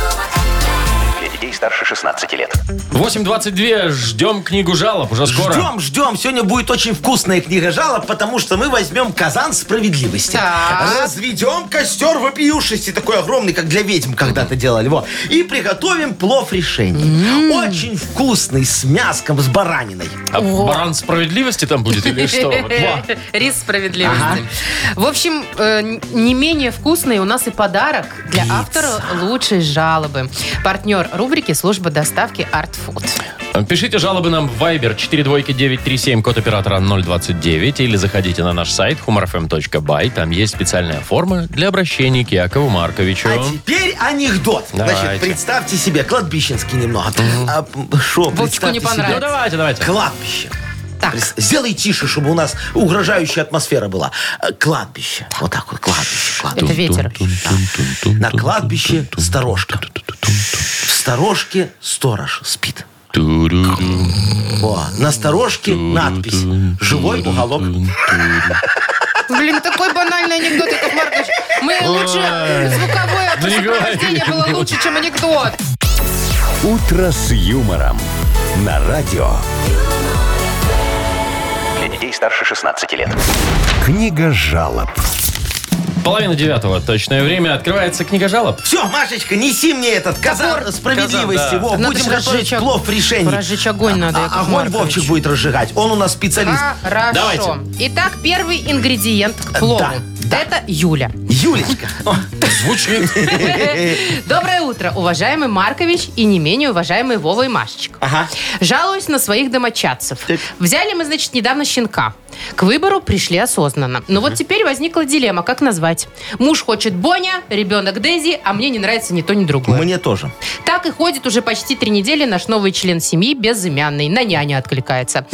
Speaker 5: Для детей старше 16 лет.
Speaker 2: 8.22. Ждем книгу жалоб. Уже скоро.
Speaker 4: Ждем, ждем. Сегодня будет очень вкусная книга жалоб, потому что мы возьмем казан справедливости.
Speaker 3: Так.
Speaker 4: Разведем костер вопиюшести, такой огромный, как для ведьм когда-то делали. Во. И приготовим плов решений. Очень вкусный, с мяском, с бараниной.
Speaker 2: А баран справедливости там будет или что? Во.
Speaker 3: Рис справедливости. В общем, э, н- не менее вкусный у нас и подарок для автора лучшей жалобы. Партнер рубрики «Служба доставки Art Food».
Speaker 2: Пишите жалобы нам в Viber 42937, код оператора 029, или заходите на наш сайт humorfm.by. Там есть специальная форма для обращения к Якову Марковичу.
Speaker 4: А теперь анекдот.
Speaker 2: Давайте.
Speaker 4: Значит, представьте себе, кладбищенский немного. А, шо,
Speaker 3: Вовчику не
Speaker 4: представьте себе,
Speaker 2: Ну,
Speaker 3: понравилось.
Speaker 2: давайте, давайте.
Speaker 4: Кладбище.
Speaker 3: Так.
Speaker 4: Прис- Сделай тише, чтобы у нас угрожающая атмосфера была. Э, Кладбище. Вот так вот, кладбище. кладбище.
Speaker 3: Это ветер.
Speaker 4: На кладбище сторожка. В сторожке сторож спит. О, на сторожке надпись «Живой уголок».
Speaker 3: Блин, такой банальный анекдот, Яков Маркович. Мы лучше звуковое
Speaker 2: Да не
Speaker 3: сопровождение
Speaker 2: говори.
Speaker 3: было лучше, чем анекдот.
Speaker 1: «Утро с юмором» на радио.
Speaker 5: Для детей старше 16 лет.
Speaker 1: Книга жалоб.
Speaker 2: Половина девятого точное время. Открывается книга жалоб.
Speaker 4: Все, Машечка, неси мне этот казан справедливости.
Speaker 2: Казан, да.
Speaker 4: Во,
Speaker 3: Надо
Speaker 4: будем
Speaker 3: же
Speaker 4: готовить
Speaker 3: разжечь ог-
Speaker 4: плов решений.
Speaker 3: разжечь огонь надо,
Speaker 4: А-
Speaker 3: Яков
Speaker 4: Огонь
Speaker 3: Маркович.
Speaker 4: Вовчик будет разжигать. Он у нас специалист.
Speaker 3: Хорошо.
Speaker 2: Давайте.
Speaker 3: Итак, первый ингредиент к плову.
Speaker 4: Э, Да,
Speaker 3: Это Юля.
Speaker 4: Юлечка. О,
Speaker 2: Звучит.
Speaker 3: Доброе утро, уважаемый Маркович и не менее уважаемый Вова и Машечка.
Speaker 4: Ага.
Speaker 3: Жалуюсь на своих домочадцев.
Speaker 4: Так.
Speaker 3: Взяли мы, значит, недавно щенка. К выбору пришли осознанно. Но вот теперь возникла дилемма, как назвать. Муж хочет Боня, ребенок Дези, а мне не нравится ни то, ни другое.
Speaker 4: Мне тоже.
Speaker 3: Так и ходит уже почти три недели наш новый член семьи безымянный. На няня откликается.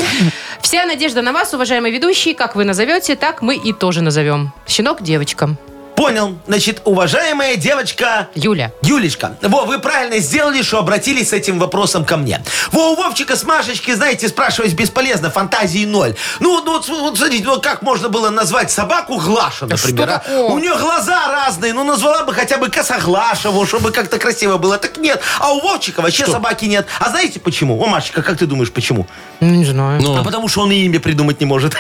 Speaker 3: Вся надежда на вас, уважаемые ведущие. Как вы назовете, так мы и тоже назовем. Щенок девочка.
Speaker 4: Понял. Значит, уважаемая девочка
Speaker 3: Юля.
Speaker 4: Юлечка, во, вы правильно сделали, что обратились с этим вопросом ко мне. Во, у Вовчика с Машечки, знаете, спрашивать бесполезно, фантазии ноль. Ну, ну, вот, вот смотрите, ну, как можно было назвать собаку Глаша, например, а?
Speaker 3: такого?
Speaker 4: У нее глаза разные, ну, назвала бы хотя бы Косоглаша, во, чтобы как-то красиво было. Так нет, а у Вовчика вообще собаки нет. А знаете почему? О, Машечка, как ты думаешь, почему?
Speaker 3: Ну, не знаю.
Speaker 4: А потому что он и имя придумать не может.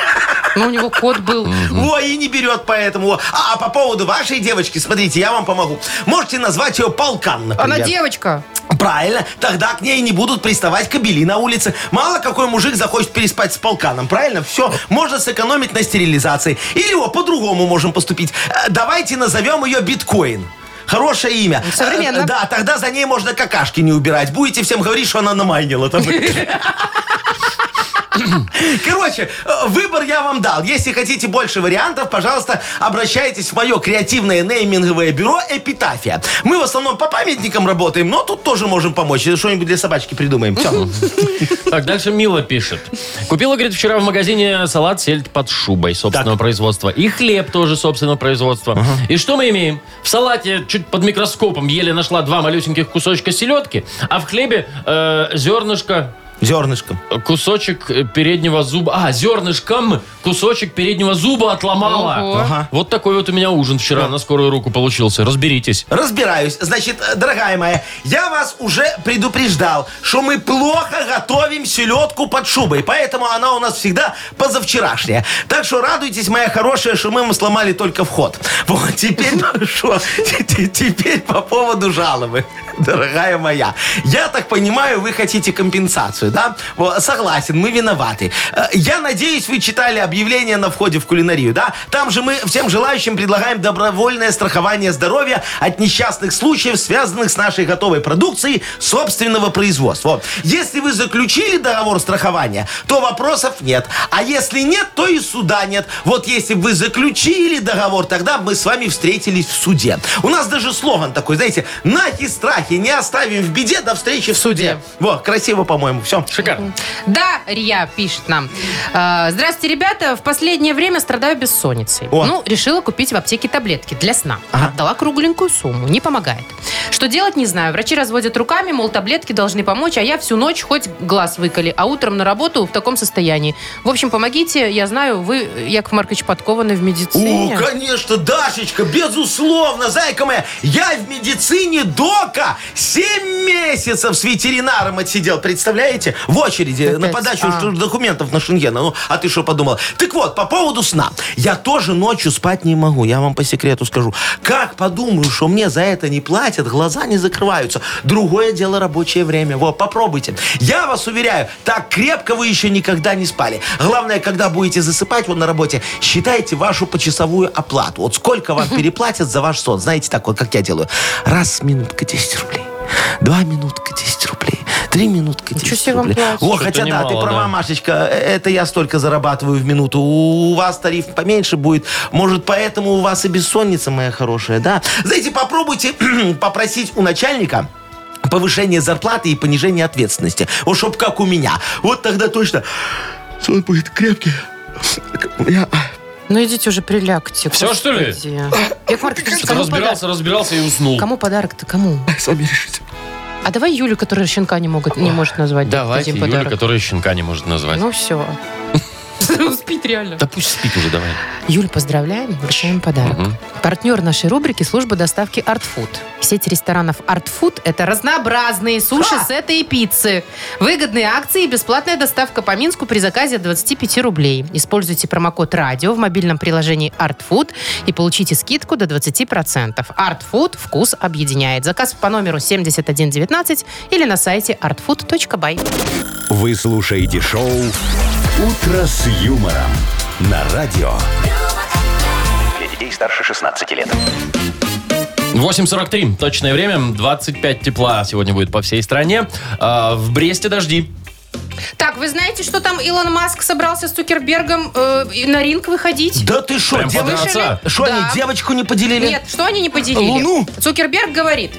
Speaker 3: Ну, у него кот был.
Speaker 4: Ой, и не берет поэтому. А, а по поводу вашей девочки, смотрите, я вам помогу. Можете назвать ее Полкан, например.
Speaker 3: Она девочка.
Speaker 4: Правильно, тогда к ней не будут приставать кобели на улице. Мало какой мужик захочет переспать с полканом, правильно? Все, можно сэкономить на стерилизации. Или о, по-другому можем поступить. Э, Давайте назовем ее биткоин. Хорошее имя.
Speaker 3: Ну, Современно.
Speaker 4: Э, Да, тогда за ней можно какашки не убирать. Будете всем говорить, что она намайнила. там. Короче, э, выбор я вам дал. Если хотите больше вариантов, пожалуйста, обращайтесь в мое креативное нейминговое бюро «Эпитафия». Мы в основном по памятникам работаем, но тут тоже можем помочь. Что-нибудь для собачки придумаем. Всё.
Speaker 2: Так, дальше Мила пишет. Купила, говорит, вчера в магазине салат сельдь под шубой собственного производства. И хлеб тоже собственного производства. И что мы имеем? В салате чуть под микроскопом еле нашла два малюсеньких кусочка селедки, а в хлебе э, зернышко
Speaker 4: Зернышком.
Speaker 2: кусочек э, переднего зуба. А, зернышком кусочек переднего зуба отломала.
Speaker 3: Ого.
Speaker 4: Ага.
Speaker 2: Вот такой вот у меня ужин вчера на скорую руку получился. Разберитесь.
Speaker 4: Разбираюсь. Значит, э, дорогая моя, я вас уже предупреждал, что мы плохо готовим селедку под шубой, поэтому она у нас всегда позавчерашняя. Так что радуйтесь, моя хорошая, что мы вам сломали только вход. Вот теперь, ну, что? Те- те- Теперь по поводу жалобы, дорогая моя. Я так понимаю, вы хотите компенсацию, да? Во, Согласен, мы виноваты. Э, Я надеюсь, вы читали объявление на входе в кулинарию, да? Там же мы всем желающим предлагаем добровольное страхование здоровья от несчастных случаев, связанных с нашей готовой продукцией собственного производства. Вот. Если вы заключили договор страхования, то вопросов нет. А если нет, то и суда нет. Вот если бы вы заключили договор, тогда мы с вами встретились в суде. У нас даже слоган такой, знаете, нахи страхи не оставим в беде до встречи в суде. Вот, красиво, по-моему, все.
Speaker 2: Шикарно.
Speaker 3: Да, Рия пишет нам. Э, Здравствуйте, ребята. В последнее время страдаю бессонницей.
Speaker 4: О.
Speaker 3: Ну, решила купить в аптеке таблетки для сна. Отдала кругленькую сумму. Не помогает. Что делать, не знаю. Врачи разводят руками, мол, таблетки должны помочь, а я всю ночь хоть глаз выколи, а утром на работу в таком состоянии. В общем, помогите. Я знаю, вы, Яков Маркович, подкованы в
Speaker 4: О,
Speaker 3: медицине.
Speaker 4: конечно, Дашечка, безусловно, зайка моя. Я в медицине дока 7 месяцев с ветеринаром отсидел, представляете? В очереди на
Speaker 3: Капец.
Speaker 4: подачу
Speaker 3: А.
Speaker 4: что ж, документов на Шенгена. Ну, а ты что подумал? Так вот, по поводу сна. Я тоже ночью спать не могу, я вам по секрету скажу. Как подумаю, что мне за это не платят, глаза не закрываются. Другое дело рабочее время. Вот, попробуйте. Я вас уверяю, так крепко вы еще никогда не спали. Главное, когда будете засыпать вот на работе, считайте вашу почасовую оплату. Вот сколько вам переплатят за ваш сон. Знаете, так вот, как я делаю. Раз минутка 10 рублей. Два минутка 10 рублей. Три Три минутки.
Speaker 3: Ничего
Speaker 4: 10
Speaker 3: себе вам
Speaker 4: рублей.
Speaker 3: платят.
Speaker 4: Во,
Speaker 2: Что-то
Speaker 4: хотя да,
Speaker 2: немало,
Speaker 4: ты права,
Speaker 2: да.
Speaker 4: Машечка, э, это я столько зарабатываю в минуту. У вас тариф поменьше будет. Может, поэтому у вас и бессонница моя хорошая, да? Знаете, попробуйте попросить у начальника повышение зарплаты и понижение ответственности. Вот чтоб как у меня. Вот тогда точно сон будет крепкий. Как у меня.
Speaker 3: Ну идите уже прилягте.
Speaker 2: Всё, что ли?
Speaker 3: господи. Яков Маркович, кому подарок?
Speaker 2: Разбирался, разбирался и уснул.
Speaker 3: Кому подарок-то? Кому?
Speaker 4: Сами решите.
Speaker 3: А давай Юлю, которая щенка не, могут, не может назвать.
Speaker 2: Давайте
Speaker 3: дадим
Speaker 2: Юля,
Speaker 3: подарок.
Speaker 2: которая щенка не может назвать.
Speaker 3: Ну все. Спит реально.
Speaker 2: Да пусть спит уже, давай.
Speaker 3: Юль, поздравляем, вручаем подарок.
Speaker 2: Мгм.
Speaker 3: Партнер нашей рубрики – служба доставки Art Food. Сеть ресторанов Art Food – это разнообразные суши, сеты и пиццы. Выгодные акции и бесплатная доставка по Минску при заказе от 25 рублей. Используйте промокод «Радио» в мобильном приложении Art Food и получите скидку до 20%. Art Food – вкус объединяет. Заказ по номеру 7119 или на сайте artfood.by.
Speaker 1: Вы слушаете шоу «Утро с юмором» на радио.
Speaker 5: Для детей старше 16 лет.
Speaker 2: 8.43, точное время, 25 тепла сегодня будет по всей стране. А, в Бресте дожди.
Speaker 3: Так, вы знаете, что там Илон Маск собрался с Цукербергом э, и на ринг выходить?
Speaker 4: Да ты шо,
Speaker 2: Прям
Speaker 4: девочка?
Speaker 2: подраться?
Speaker 4: Шо они,
Speaker 3: Да.
Speaker 4: девочку не поделили?
Speaker 3: Нет, что они не поделили?
Speaker 4: Луну?
Speaker 3: Цукерберг говорит,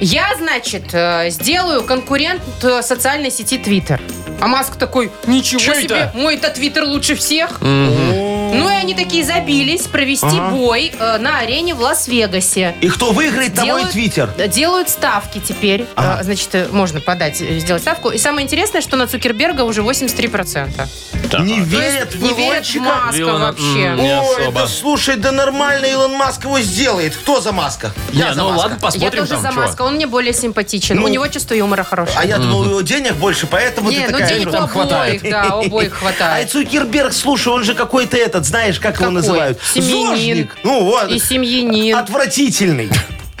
Speaker 3: я, значит, э, сделаю конкурент э, социальной сети Твиттер. А Маск такой, ничего
Speaker 2: Чё
Speaker 3: себе,
Speaker 2: это?
Speaker 3: мой-то Твиттер лучше всех. Ну и они такие забились провести
Speaker 4: Ага.
Speaker 3: бой э, на арене в Лас-Вегасе.
Speaker 4: И кто выиграет, того и
Speaker 3: Делают-
Speaker 4: твиттер.
Speaker 3: Да, Делают ставки теперь.
Speaker 4: Ага.
Speaker 3: Э, Значит, э, можно подать, э, сделать ставку. И самое интересное, что на Цукерберга уже 83%.
Speaker 4: Не
Speaker 3: То есть
Speaker 4: верят в
Speaker 3: не верят в
Speaker 4: Илончика?
Speaker 3: Маска
Speaker 2: Илона,
Speaker 3: вообще.
Speaker 2: м, Не
Speaker 4: Ой,
Speaker 2: особо.
Speaker 4: да слушай, да нормально Илон Маск его сделает. Кто за Маска?
Speaker 2: не, ну ладно,
Speaker 3: Я
Speaker 2: посмотрим
Speaker 3: тоже
Speaker 2: там,
Speaker 3: за
Speaker 2: чего.
Speaker 3: Маска, он мне более симпатичен.
Speaker 4: Ну.
Speaker 3: У него чувство юмора хорошее.
Speaker 4: А я думал, у него денег больше, поэтому
Speaker 3: не,
Speaker 4: ты
Speaker 3: ну
Speaker 4: такая...
Speaker 3: денег
Speaker 4: «Ну,
Speaker 3: у
Speaker 2: там
Speaker 3: обоих,
Speaker 2: хватает».
Speaker 3: да, у обоих
Speaker 4: А
Speaker 3: хватает.
Speaker 4: Цукерберг, слушай, он же какой-то этот, знаешь, как его
Speaker 3: Какой?
Speaker 4: называют?
Speaker 3: Семьянин.
Speaker 4: Зожник. Ну вот. А
Speaker 3: И семьянин.
Speaker 4: Отвратительный.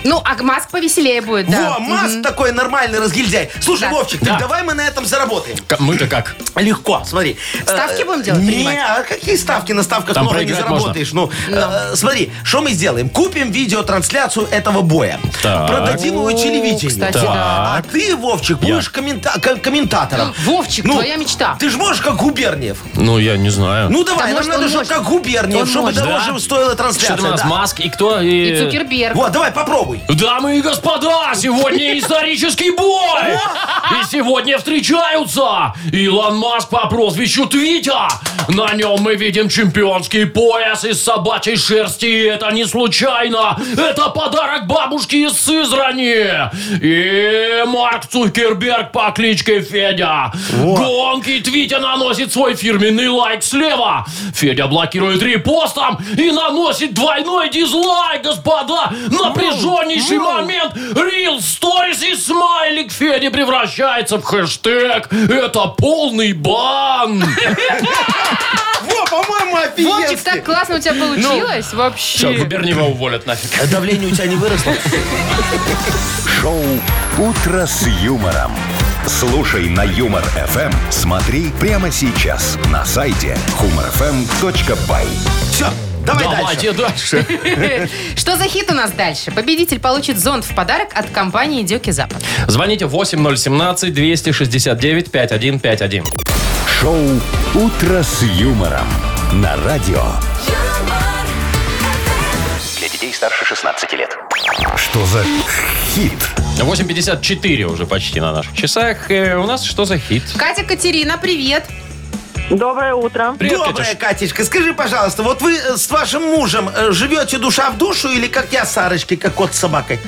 Speaker 3: Ну, а Маск повеселее будет, да.
Speaker 4: Во, Маск такой нормальный разгильдяй. Слушай,
Speaker 3: Да.
Speaker 4: Вовчик,
Speaker 2: Да.
Speaker 4: так давай мы на этом заработаем.
Speaker 2: К- Мы-то как?
Speaker 4: Легко, смотри.
Speaker 3: Ставки
Speaker 4: Э,
Speaker 3: будем делать,
Speaker 4: Не,
Speaker 3: принимать?
Speaker 4: а какие ставки на ставках
Speaker 2: Там
Speaker 4: много не
Speaker 2: проиграть можно.
Speaker 4: заработаешь. Ну, э, смотри, что мы сделаем? Купим видеотрансляцию этого боя.
Speaker 2: Так.
Speaker 4: Продадим его
Speaker 3: О,
Speaker 4: телевидению.
Speaker 3: кстати, да.
Speaker 4: А ты, Вовчик, будешь коммента- ко- комментатором. Ну,
Speaker 3: Вовчик, твоя мечта.
Speaker 4: Ты же можешь как Губерниев.
Speaker 2: Ну, я не знаю.
Speaker 4: Ну давай,
Speaker 3: Да,
Speaker 4: нам
Speaker 3: может, он
Speaker 4: надо, чтобы
Speaker 3: может.
Speaker 4: как
Speaker 3: Он
Speaker 4: Губерниев, чтобы
Speaker 3: может.
Speaker 4: дороже
Speaker 2: Да.
Speaker 4: стоила
Speaker 2: Что
Speaker 4: трансляция.
Speaker 2: там у нас,
Speaker 4: да.
Speaker 2: Маск и кто? И...
Speaker 3: И Цукерберг.
Speaker 4: Вот, давай попробуй.
Speaker 2: Дамы и господа, сегодня исторический бой! И сегодня встречаются Илон Маск по прозвищу Твита. На нем мы видим чемпионский пояс из собачьей шерсти. И Это не случайно. Это подарок бабушки из Сызрани. И Марк Цукерберг по кличке Федя. Гонки Твитя наносит свой фирменный лайк слева. Федя блокирует репостом и наносит двойной дизлайк, господа. Напряженнейший момент. Рил, сторис и смайлик Феди превращается в хэштег. Это полный бан.
Speaker 4: Во, по-моему,
Speaker 3: Вовчик, так классно у тебя получилось
Speaker 2: Все,
Speaker 3: вообще.
Speaker 2: Губерниева уволят нафиг.
Speaker 4: Давление у тебя не выросло?
Speaker 1: Шоу «Утро с юмором». Слушай на Юмор ФМ. Смотри прямо сейчас на сайте humorfm.by.
Speaker 4: Все, давай дальше.
Speaker 2: Давайте дальше.
Speaker 3: Что за хит у нас дальше? Победитель получит зонт в подарок от компании «Идеки Запад».
Speaker 2: Звоните 8017-269-5151.
Speaker 1: Шоу «Утро с юмором» на радио.
Speaker 8: юмор,
Speaker 5: Для детей старше 16 лет.
Speaker 1: Что за хит?
Speaker 2: 8.54 уже почти на наших часах. Э, у нас что за хит?
Speaker 3: Катя Катерина, привет.
Speaker 6: Доброе утро.
Speaker 2: Привет,
Speaker 4: Добрая
Speaker 2: Катюш.
Speaker 4: Катечка, скажи, пожалуйста, вот вы э, с вашим мужем э, живете душа в душу или как я с Сарочкой, как кот с собакой?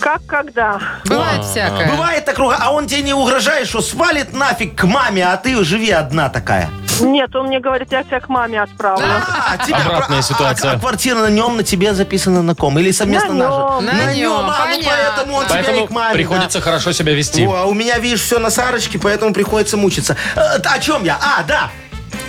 Speaker 6: Как когда?
Speaker 3: Бывает всякое.
Speaker 4: Бывает так, руга- а он тебе не угрожает, что свалит нафиг к маме, а ты живи одна такая.
Speaker 6: Нет, он мне говорит, я тебя к маме отправлю.
Speaker 4: А, тебя
Speaker 2: Обратная
Speaker 4: про- а-
Speaker 2: ситуация.
Speaker 4: А, а квартира на нем, на тебе записана на ком? Или совместно
Speaker 6: На
Speaker 4: нажито?
Speaker 6: нем.
Speaker 3: На
Speaker 4: нем,
Speaker 3: нем,
Speaker 4: а, ну,
Speaker 3: понятно.
Speaker 4: поэтому он тебя и
Speaker 2: Поэтому
Speaker 4: к маме. да.
Speaker 2: приходится хорошо себя вести.
Speaker 4: Во, а у меня, видишь, все на Сарочке, поэтому приходится мучиться. Э, т- о чем я? А, да.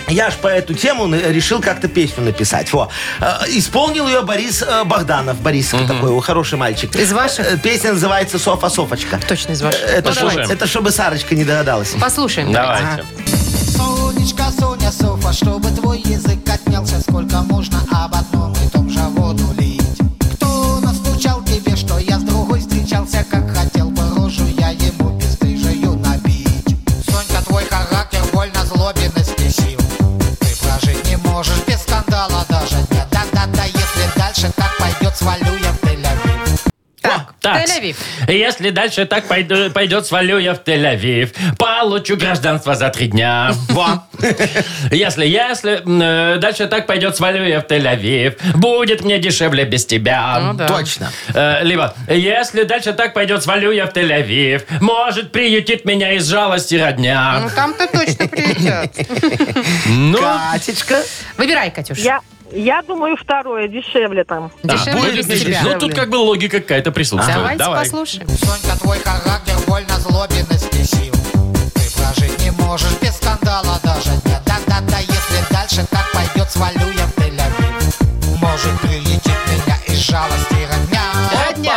Speaker 4: Я ж по эту тему на- решил как-то песню написать. Во. Э, Исполнил ее Борис э, Богданов. Борис такой, о, хороший мальчик.
Speaker 3: Из ваших?
Speaker 4: Э, Песня называется «Софа, Софочка».
Speaker 3: Точно из ваших.
Speaker 4: Это,
Speaker 3: Ну,
Speaker 4: чтоб-
Speaker 2: давайте.
Speaker 4: это чтобы Сарочка не догадалась.
Speaker 3: Послушаем.
Speaker 2: Давайте.
Speaker 9: Сонечка, Соня, Софа, чтобы твой язык отнялся, сколько можно об одном и том же воду лить. Кто настучал тебе, что я с другой встречался, как хотел бы рожу я ему пестрижею можешь без скандала даже дня. Да-да-да, если дальше так пойдет, свалю я в Тель-Авив.
Speaker 3: Так,
Speaker 2: Такс.
Speaker 3: Тель-Авив.
Speaker 2: Если дальше так пойду- пойдет, свалю я в Тель-Авив. Получу гражданство за три дня.
Speaker 4: Во.
Speaker 2: Если, если м, э, дальше так пойдет, свалю я в Тель-Авив. Будет мне дешевле без тебя.
Speaker 3: Ну да.
Speaker 4: Точно.
Speaker 2: Э, Либо, если дальше так пойдет, свалю я в Тель-Авив. Может, приютит меня из жалости
Speaker 3: Ну
Speaker 2: родня.
Speaker 3: там-то точно прилетят.
Speaker 2: Ну,
Speaker 4: Катечка.
Speaker 3: Выбирай, Катюш.
Speaker 6: Я, я думаю, второе, дешевле там.
Speaker 3: Дешевле
Speaker 2: будет
Speaker 3: без
Speaker 2: мне
Speaker 3: тебя.
Speaker 2: дешевле. Ну, тут как бы логика какая-то присутствует.
Speaker 3: Давайте
Speaker 2: Давай.
Speaker 3: послушаем.
Speaker 9: Сонька, твой характер больно злобен и стесил. Ты прожить не можешь без скандала даже дня. Да-да-да, если дальше так пойдет, свалю я в Тель-Авив. Может, прилетит меня из жалости родня.
Speaker 3: Родня.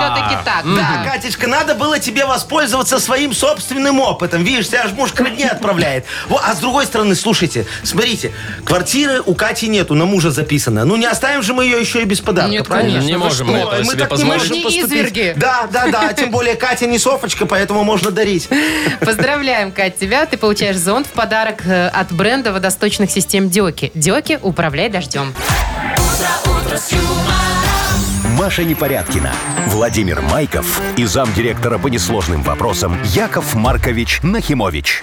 Speaker 3: Все-таки так,
Speaker 4: Да,
Speaker 3: да.
Speaker 4: Катечка, надо было тебе воспользоваться своим собственным опытом. Видишь, тебя ж муж к родне отправляет. Во, а с другой стороны, слушайте, смотрите, квартиры у Кати нету, на мужа записано. Ну не оставим же мы ее еще и без подарка,
Speaker 3: Нет,
Speaker 4: правильно?
Speaker 2: Не
Speaker 4: Вы
Speaker 2: можем
Speaker 4: что?
Speaker 2: мы этого
Speaker 4: Мы
Speaker 2: себе
Speaker 4: так не
Speaker 2: позволить.
Speaker 4: можем
Speaker 3: Не
Speaker 4: поступить.
Speaker 3: изверги.
Speaker 4: Да, да, да. Тем более Катя не Софочка, поэтому можно дарить.
Speaker 3: Поздравляем, Кать, тебя. Ты получаешь зонт в подарок э, от бренда водосточных систем Диоки. Диоки, управляй дождем.
Speaker 1: Маша Непорядкина, Владимир Майков и замдиректора по несложным вопросам Яков Маркович Нахимович.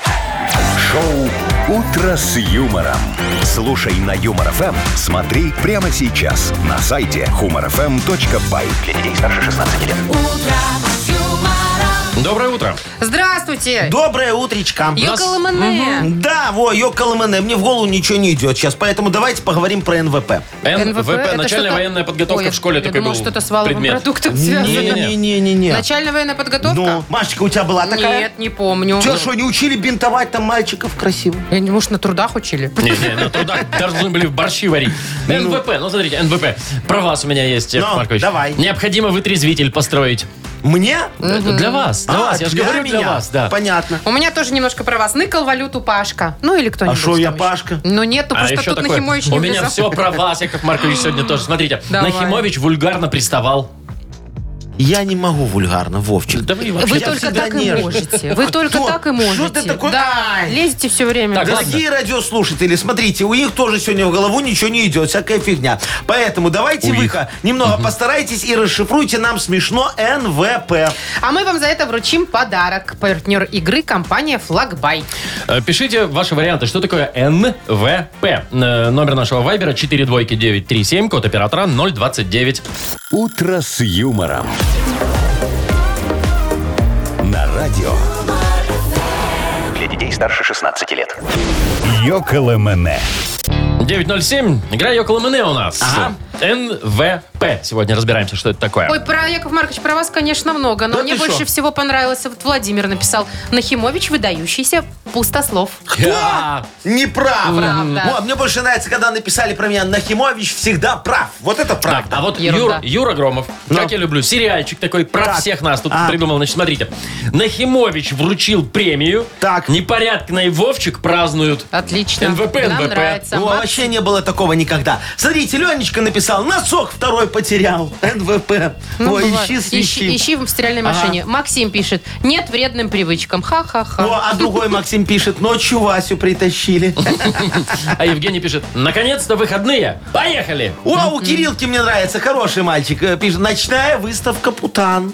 Speaker 1: Шоу «Утро с юмором». Слушай на Юмор ФМ, смотри прямо сейчас на сайте humorfm.by.
Speaker 5: Для детей старше 16 лет.
Speaker 2: Доброе утро.
Speaker 3: Здравствуйте!
Speaker 4: Доброе утречко.
Speaker 3: Йоколомане.
Speaker 4: Да, во, йокалмэне, мне в голову ничего не идет сейчас, поэтому давайте поговорим про НВП.
Speaker 2: НВП, начальная военная подготовка в школе такой
Speaker 3: Может,
Speaker 2: был
Speaker 3: что-то с валовым
Speaker 2: предмет.
Speaker 3: продуктом связано.
Speaker 4: Не-не-не-не-не.
Speaker 3: Начальная военная подготовка?
Speaker 4: Ну, Машечка, у тебя была такая?
Speaker 3: Нет, не помню.
Speaker 4: Тебя что, не учили бинтовать там мальчиков красиво?
Speaker 3: Я не- Может, на трудах учили?
Speaker 2: Не, не, на трудах должны были в борщи варить. НВП, ну смотрите, НВП. Про вас у меня есть, Яков
Speaker 4: Ну,
Speaker 2: Маркович.
Speaker 4: давай.
Speaker 2: Необходимо вытрезвитель построить.
Speaker 4: Мне? А,
Speaker 2: Это Для вас, для вас. Я же
Speaker 4: для
Speaker 2: говорю для
Speaker 4: меня.
Speaker 2: вас, да.
Speaker 4: Понятно.
Speaker 3: У меня тоже немножко про вас. Ныкал валюту Пашка. Ну или кто-нибудь.
Speaker 4: А шо я
Speaker 3: там еще.
Speaker 4: Пашка?
Speaker 3: Ну нет, ну
Speaker 2: А
Speaker 3: просто
Speaker 2: еще
Speaker 3: тут
Speaker 2: такое,
Speaker 3: Нахимович не
Speaker 2: у меня
Speaker 3: влезал.
Speaker 2: все про вас, Яков Маркович, сегодня тоже. Смотрите,
Speaker 3: Давай.
Speaker 2: Нахимович вульгарно приставал.
Speaker 4: Я не могу вульгарно, Вовчик.
Speaker 2: Да вы вообще...
Speaker 3: Вы
Speaker 4: Я
Speaker 3: только
Speaker 4: всегда
Speaker 3: так и
Speaker 4: нежный.
Speaker 3: можете. Вы только
Speaker 4: Кто?
Speaker 3: так и можете.
Speaker 4: Что ты такой?
Speaker 3: Да,
Speaker 4: Ай.
Speaker 3: лезете все время.
Speaker 2: Так, ладно.
Speaker 4: Дорогие радиослушатели, смотрите, у них тоже сегодня в голову ничего не идет, всякая фигня. Поэтому давайте вы немного постарайтесь и расшифруйте нам смешно НВП.
Speaker 3: А мы вам за это вручим подарок. Партнер игры компания «Флагбай».
Speaker 2: Э, Пишите ваши варианты, что такое НВП. Э, Номер нашего вайбера 42937, код оператора 029.
Speaker 1: «Утро с юмором». На радио
Speaker 5: Для детей старше 16 лет.
Speaker 1: «Йоколэмэне».
Speaker 2: 907, игра Йоколомане у нас. НВП. Сегодня разбираемся, что это такое.
Speaker 3: Ой, про Яков Маркович, про вас, конечно, много, но
Speaker 4: Да
Speaker 3: мне
Speaker 4: ты шо?
Speaker 3: больше всего понравилось, вот Владимир написал, Нахимович выдающийся пустослов.
Speaker 2: Я-
Speaker 4: Неправда.
Speaker 3: Правда.
Speaker 4: Во, мне больше нравится, когда написали про меня Нахимович всегда прав. Вот это
Speaker 2: Так,
Speaker 4: правда.
Speaker 2: а вот
Speaker 3: Ерунда.
Speaker 2: Юра, Юра Громов, как я люблю, сериальчик такой про
Speaker 4: Так.
Speaker 2: всех нас тут
Speaker 4: А.
Speaker 2: придумал. Значит, смотрите. Нахимович вручил премию.
Speaker 4: Так.
Speaker 2: Непорядкный Вовчик празднуют.
Speaker 3: А. Отлично.
Speaker 2: НВП,
Speaker 3: Нам
Speaker 2: НВП.
Speaker 3: нравится.
Speaker 4: О,
Speaker 3: Макс,
Speaker 4: Ну, вообще не было такого никогда. Смотрите, Ленечка написал, носок второй потерял. НВП.
Speaker 3: ну,
Speaker 4: Ой,
Speaker 3: бывает.
Speaker 4: ищи,
Speaker 3: ищи,
Speaker 4: свищи.
Speaker 3: ищи в стиральной машине. Максим пишет, нет вредным привычкам.
Speaker 4: О,
Speaker 3: Ха-ха-ха.
Speaker 4: а другой Максим пишет, ночью Васю притащили.
Speaker 2: А Евгений пишет, наконец-то выходные. Поехали.
Speaker 4: О, у Кириллки мне нравится, хороший мальчик. э, Пишет, ночная выставка Путан.